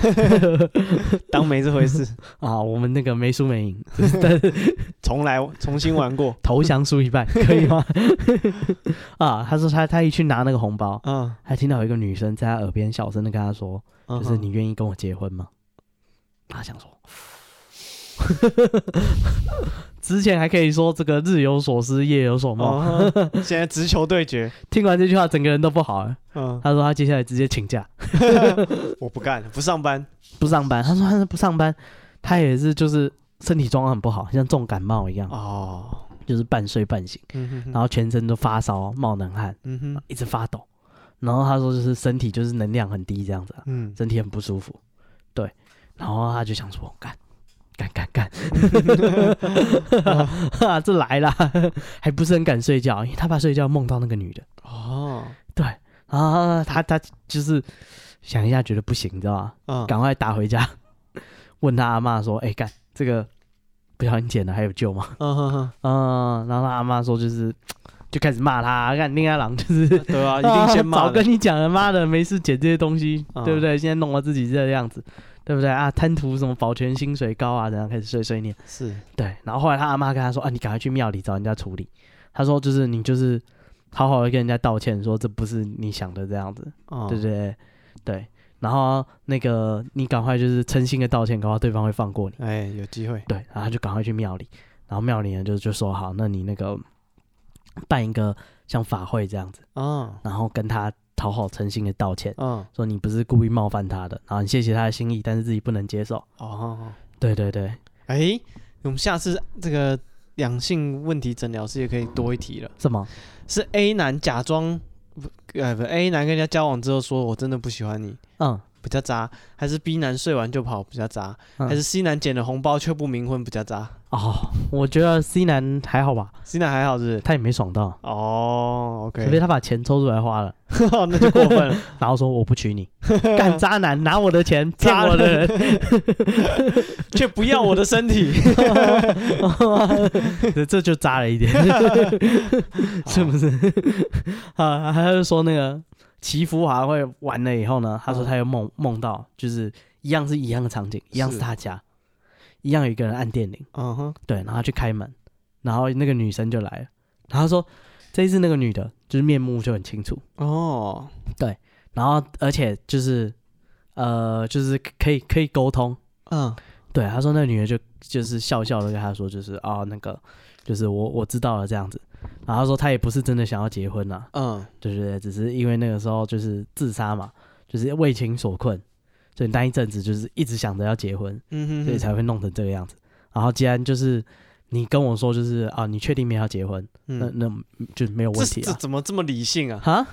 Speaker 1: 当没这回事，
Speaker 2: 啊！我们那个没输没赢，但是
Speaker 1: 重来重新玩 (laughs) 过。
Speaker 2: 投降输一半，可以吗？ (laughs) 啊，他说他他一去拿那个红包，
Speaker 1: 嗯，
Speaker 2: 还听到有一个女生在他耳边小声的跟他说，
Speaker 1: 就
Speaker 2: 就是你愿意跟我结婚吗？他想说， (laughs) 之前还可以说这个日有所思夜有所梦，
Speaker 1: 哦，
Speaker 2: (laughs)
Speaker 1: 现在直球对决，
Speaker 2: 听完这句话整个人都不好了。 (laughs)
Speaker 1: 嗯，
Speaker 2: 他说他接下来直接请假，
Speaker 1: 我不干，不上班，
Speaker 2: 不上班。他说他是不上班，他也是就是身体状况很不好，像重感冒一样。
Speaker 1: 哦，
Speaker 2: 就是半睡半醒，
Speaker 1: 嗯哼哼
Speaker 2: 然后全身都发烧、冒冷汗，
Speaker 1: 嗯哼，
Speaker 2: 一直发抖。然后他说就是身体就是能量很低这样子、啊，
Speaker 1: 嗯，
Speaker 2: 身体很不舒服。对，然后他就想说干干干干， (laughs) 啊这来啦，还不是很敢睡觉，因为他怕睡觉梦到那个女的。
Speaker 1: 哦，
Speaker 2: 对，然后他他就是想一下觉得不行，你知道吧？
Speaker 1: 嗯，
Speaker 2: 赶快打回家，问他阿妈说，哎、干这个不小心捡了还有救吗？
Speaker 1: 嗯哼哼，
Speaker 2: (laughs) 嗯，然后他阿妈说就是就开始骂他，看另外郎就是。
Speaker 1: 对啊，一定先
Speaker 2: 啊
Speaker 1: 骂
Speaker 2: 早跟
Speaker 1: 的，
Speaker 2: 你讲了，妈的，没事捡这些东西，
Speaker 1: 嗯
Speaker 2: 对不对？现在弄到自己这样子，对不对啊？贪图什么保全薪水高啊，然后开始碎碎念。
Speaker 1: 是，
Speaker 2: 对，然后后来他阿妈跟他说啊，你赶快去庙里找人家处理。他说就是你就是好好的跟人家道歉，说这不是你想的这样子，
Speaker 1: 嗯
Speaker 2: 对不对？对，然后那个你赶快就是诚心的道歉，搞不好对方会放过你。
Speaker 1: 哎，有机会，
Speaker 2: 对，然后他就赶快去庙里，然后庙里人就就说好，那你那个办一个像法会这样子，
Speaker 1: 嗯
Speaker 2: 然后跟他讨好诚心的道歉，
Speaker 1: 嗯，
Speaker 2: 说你不是故意冒犯他的，然后你谢谢他的心意，但是自己不能接受。
Speaker 1: 哦，
Speaker 2: 对对对，
Speaker 1: 哎，我们下次这个两性问题诊疗室也可以多一题了。
Speaker 2: 什么？
Speaker 1: 是 A 男假装，不呃不，A 男跟人家交往之后说我真的不喜欢你，
Speaker 2: 嗯，
Speaker 1: 比较渣；还是 B 男睡完就跑，比较渣；
Speaker 2: 嗯
Speaker 1: 还是 C 男捡了红包却不冥婚，比较渣。
Speaker 2: 哦，我觉得 C 男还好吧，
Speaker 1: C 男还好是不是？
Speaker 2: 他也没爽到，
Speaker 1: 哦
Speaker 2: 除非
Speaker 1: ，OK，
Speaker 2: 他把钱抽出来花了，
Speaker 1: (laughs) 那就过
Speaker 2: (laughs)
Speaker 1: 分了。
Speaker 2: 然后说我不 (laughs) 娶你，干渣男拿我的钱骗
Speaker 1: 渣
Speaker 2: 我的人，
Speaker 1: 却不要我的身
Speaker 2: (laughs)
Speaker 1: 体，
Speaker 2: 这这就渣了一点，是不是？ (laughs) 啊，他就说那个祈福华会完了以后呢，他说他又梦梦到，就是一样是一样的场景，一样是
Speaker 1: 是
Speaker 2: 他家，一样有一个人按电铃，
Speaker 1: 嗯哼，
Speaker 2: 对，然后他去开门，然后那个女生就来了，然后他说这一次那个女的就是面目就很清楚，
Speaker 1: 哦，
Speaker 2: 然后而且就是呃就是可以可以沟通，
Speaker 1: 嗯，
Speaker 2: 对，他说那女的就就是笑笑的跟他说，就是啊、那个就是我我知道了这样子。然后他说他也不是真的想要结婚啊，
Speaker 1: 嗯，
Speaker 2: 对对对，只是因为那个时候就是自杀嘛，就是为情所困，所以那一阵子就是一直想着要结婚，
Speaker 1: 嗯哼，
Speaker 2: 所以才会弄成这个样子。然后既然就是你跟我说就是啊，你确定没有要结婚，那
Speaker 1: 嗯，
Speaker 2: 那就没有问
Speaker 1: 这
Speaker 2: 题
Speaker 1: 这
Speaker 2: 啊。
Speaker 1: 怎么这么理性啊？
Speaker 2: 哈，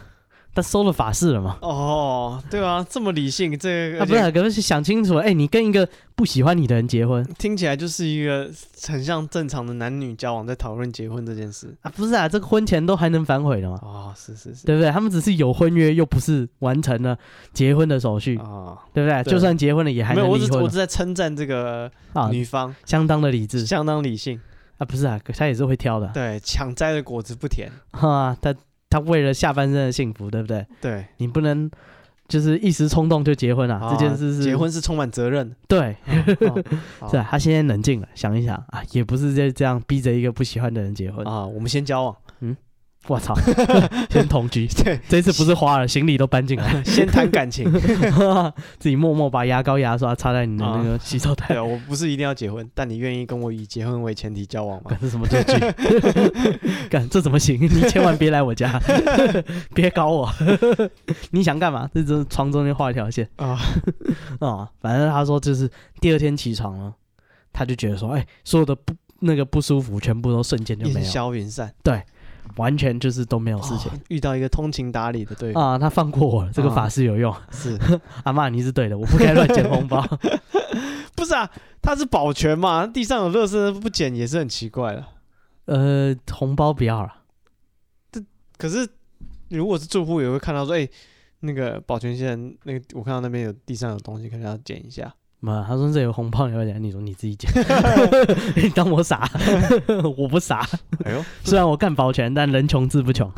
Speaker 2: 他收了法事了嘛？
Speaker 1: 哦，对啊，这么理性，这个
Speaker 2: 啊，
Speaker 1: 而
Speaker 2: 不是，
Speaker 1: 且
Speaker 2: 可是想清楚了，哎、你跟一个不喜欢你的人结婚，
Speaker 1: 听起来就是一个很像正常的男女交往在讨论结婚这件事。
Speaker 2: 啊，不是啊，这个婚前都还能反悔的嘛？
Speaker 1: 哦，是是是，
Speaker 2: 对不对？他们只是有婚约，又不是完成了结婚的手续，
Speaker 1: 啊，
Speaker 2: 对不对？
Speaker 1: 对
Speaker 2: 就算结婚了，也嗯还
Speaker 1: 没
Speaker 2: 能
Speaker 1: 有，我
Speaker 2: 离
Speaker 1: 只
Speaker 2: 婚
Speaker 1: 我
Speaker 2: 了
Speaker 1: 只在称赞这个
Speaker 2: 啊，
Speaker 1: 女方
Speaker 2: 相当的理智
Speaker 1: 相当理性，
Speaker 2: 啊，不是啊，他也是会挑的 (laughs) 啊
Speaker 1: 对，抢摘的果子不甜，
Speaker 2: 啊，他他为了下半生的幸福，对不对？
Speaker 1: 对，
Speaker 2: 你不能就是一时冲动就结婚啊，这件事是
Speaker 1: 哦结婚哦是充满责任的，
Speaker 2: 对，
Speaker 1: 好 (laughs)
Speaker 2: 是啊，他现在
Speaker 1: 哦
Speaker 2: 冷静了，想一想啊，也不是在这样逼着一个不喜欢的人结婚， (laughs)
Speaker 1: 啊，我们先交往，
Speaker 2: 嗯，我操， (laughs) 先同居，这次不是花了，行李都搬进来，
Speaker 1: 先谈感情。
Speaker 2: (laughs) 自己默默把牙膏、牙刷插在你的那个洗手台
Speaker 1: (laughs) 对，啊，我不是一定要结婚，但你愿意跟我以结婚为前提交往吗
Speaker 2: (laughs) 干？这什么证据？干这怎么行？ (laughs) 你千万别来我家， (laughs) 别搞我！ (laughs) 你想干嘛？这就是床中间画一条线 (laughs)
Speaker 1: 啊
Speaker 2: 啊、反正他说就是第二天起床了，他就觉得说，哎、所有的不那个不舒服全部都瞬间就
Speaker 1: 烟
Speaker 2: 没有，
Speaker 1: 消云散，
Speaker 2: 完全就是都没有事情
Speaker 1: 哦遇到一个通情达理的对象，
Speaker 2: 啊、他放过我了，这个
Speaker 1: 啊
Speaker 2: 法师有用。
Speaker 1: 是
Speaker 2: 阿妈，你是对的，我不该乱捡红包。
Speaker 1: (laughs)
Speaker 2: (laughs)
Speaker 1: 不是啊？他是保全嘛，地上有垃圾不捡也是很奇怪的。
Speaker 2: 呃，红包不要了，
Speaker 1: 可是如果是住户也会看到说，哎、那个保全先生，那个我看到那边有地上有东西，可能要捡一下。
Speaker 2: 嘛，他说这有红包你要捡，你说你自己捡， (laughs) 你当我傻？ (laughs) 我不傻，
Speaker 1: 哎 (laughs) 呦，
Speaker 2: (laughs) 虽然我干保全，但人穷志不穷，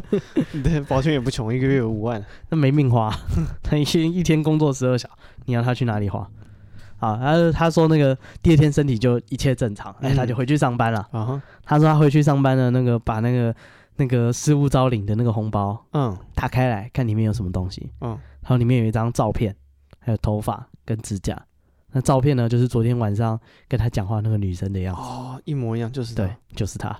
Speaker 2: (laughs)
Speaker 1: 你的保全也不穷，一个月有五万，
Speaker 2: 那没命花。 (laughs) 他一天一天工作十二小，你要他去哪里花？啊，他他说那个第二天身体就一切正常，哎、
Speaker 1: 嗯
Speaker 2: 他就回去上班了。
Speaker 1: 啊哈，
Speaker 2: 他说他回去上班的那个把那个那个失物招领的那个红包
Speaker 1: 嗯
Speaker 2: 打开来看里面有什么东西，
Speaker 1: 嗯，
Speaker 2: 然后里面有一张照片，还有头发跟指甲。那照片呢，就是昨天晚上跟他讲话那个女生的样子。
Speaker 1: 哦，一模一样，就是
Speaker 2: 对，，就是她。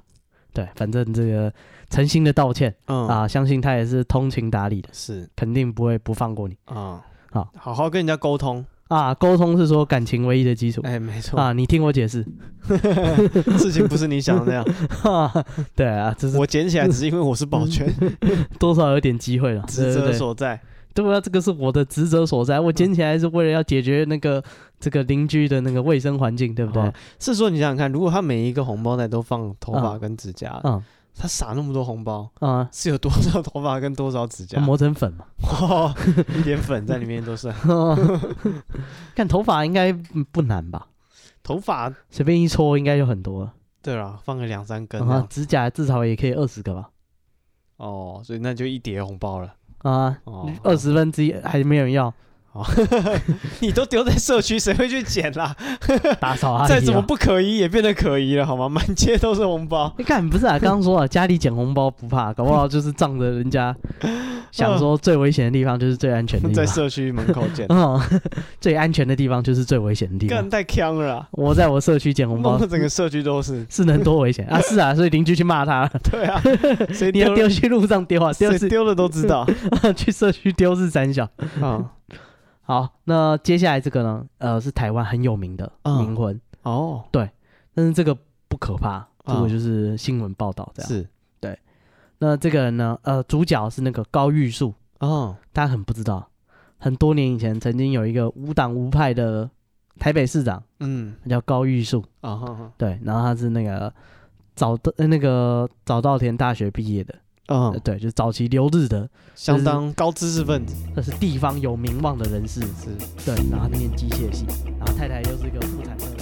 Speaker 2: 对，反正这个诚心的道歉
Speaker 1: 嗯
Speaker 2: 啊、相信他也是通情达理的，
Speaker 1: 是
Speaker 2: 肯定不会不放过你
Speaker 1: 啊，
Speaker 2: 好
Speaker 1: 好好跟人家沟
Speaker 2: (laughs)
Speaker 1: 通，
Speaker 2: 啊。沟通是说感情唯一的基础。
Speaker 1: 哎、没错，
Speaker 2: 啊，你听我解释，
Speaker 1: (laughs) 事情不是你想的那样，
Speaker 2: (laughs) 对啊，这是
Speaker 1: 我捡起来只是因为我是保全， (laughs)
Speaker 2: 多少有点机会了，
Speaker 1: 职
Speaker 2: 嗯对
Speaker 1: 责
Speaker 2: 对对，
Speaker 1: 所在，
Speaker 2: 对啊，这个是我的职责所在，我捡起来是为了要解决那
Speaker 1: 嗯
Speaker 2: 个这个邻居的那个卫生环境，对不对
Speaker 1: 哦？是说你想想看，如果他每一个红包袋都放头发
Speaker 2: 嗯
Speaker 1: 跟指甲，
Speaker 2: 嗯
Speaker 1: 他撒那么多红包，
Speaker 2: 啊，
Speaker 1: 是有多少头发跟多少指甲？ (laughs)
Speaker 2: 磨成粉嘛，
Speaker 1: 哇，一点粉在里面
Speaker 2: (laughs)
Speaker 1: 都是
Speaker 2: 看头发应该嗯不难吧？
Speaker 1: 头发。
Speaker 2: 随便一搓应该就很多了。
Speaker 1: 对啦，放个两三根
Speaker 2: 然
Speaker 1: 这
Speaker 2: 后
Speaker 1: 样
Speaker 2: 指甲至少也可以二十个吧？
Speaker 1: 哦，所以那就一叠红包了。
Speaker 2: 啊，
Speaker 1: 哦，
Speaker 2: 二十分之一还没有人要，
Speaker 1: 你都丢在社区，谁会去捡啦？
Speaker 2: 打扫
Speaker 1: (laughs)
Speaker 2: 啊！
Speaker 1: 再怎么？不可疑也变得可疑了，好吗？满街都是红包。
Speaker 2: (laughs) 你看，不是啊，刚
Speaker 1: (laughs)
Speaker 2: 刚说了，家里捡红包不怕，搞不好就是仗着人家想说最危险的地方就是最安全的
Speaker 1: 嗯
Speaker 2: 地
Speaker 1: 在
Speaker 2: 方，，
Speaker 1: 社区门口捡
Speaker 2: (laughs) 嗯， (laughs) 最安全的地方就是最危险的地
Speaker 1: 干
Speaker 2: 方。
Speaker 1: 太呛了啦，
Speaker 2: 我在我社区捡红包
Speaker 1: 弄得整个社区都
Speaker 2: (laughs)
Speaker 1: 是。
Speaker 2: 是能多危险啊？
Speaker 1: (laughs)
Speaker 2: 是啊，所以邻居去骂他，
Speaker 1: 对
Speaker 2: (laughs)
Speaker 1: 啊，谁
Speaker 2: 你要
Speaker 1: 丢
Speaker 2: 丢去路上丢啊，丢
Speaker 1: 谁
Speaker 2: 是
Speaker 1: 丢了都知
Speaker 2: (laughs)
Speaker 1: 道
Speaker 2: 去社区丢是三小。
Speaker 1: 啊。
Speaker 2: 好，那接下来这个呢？呃，是台湾很有名的
Speaker 1: 嗯
Speaker 2: 冥婚，
Speaker 1: 哦，
Speaker 2: 但是这个不可怕，这个
Speaker 1: 嗯
Speaker 2: 就是新闻报道这样。
Speaker 1: 是
Speaker 2: 那这个人呢，呃，主角是那个高玉树，
Speaker 1: 哦，
Speaker 2: 大家很不知道，很多年以前曾经有一个无党无派的台北市长
Speaker 1: 嗯
Speaker 2: 叫高玉树，
Speaker 1: 啊哈哈，
Speaker 2: 对，然后他是那个早的、呃那个早稻田大学毕业的，呃
Speaker 1: 嗯，
Speaker 2: 对，就是早期留日的，
Speaker 1: 相当高知识分子
Speaker 2: 那是地方有名望的人士，
Speaker 1: 是。
Speaker 2: 对，然后他念机械系，然后太太又是一个妇产科。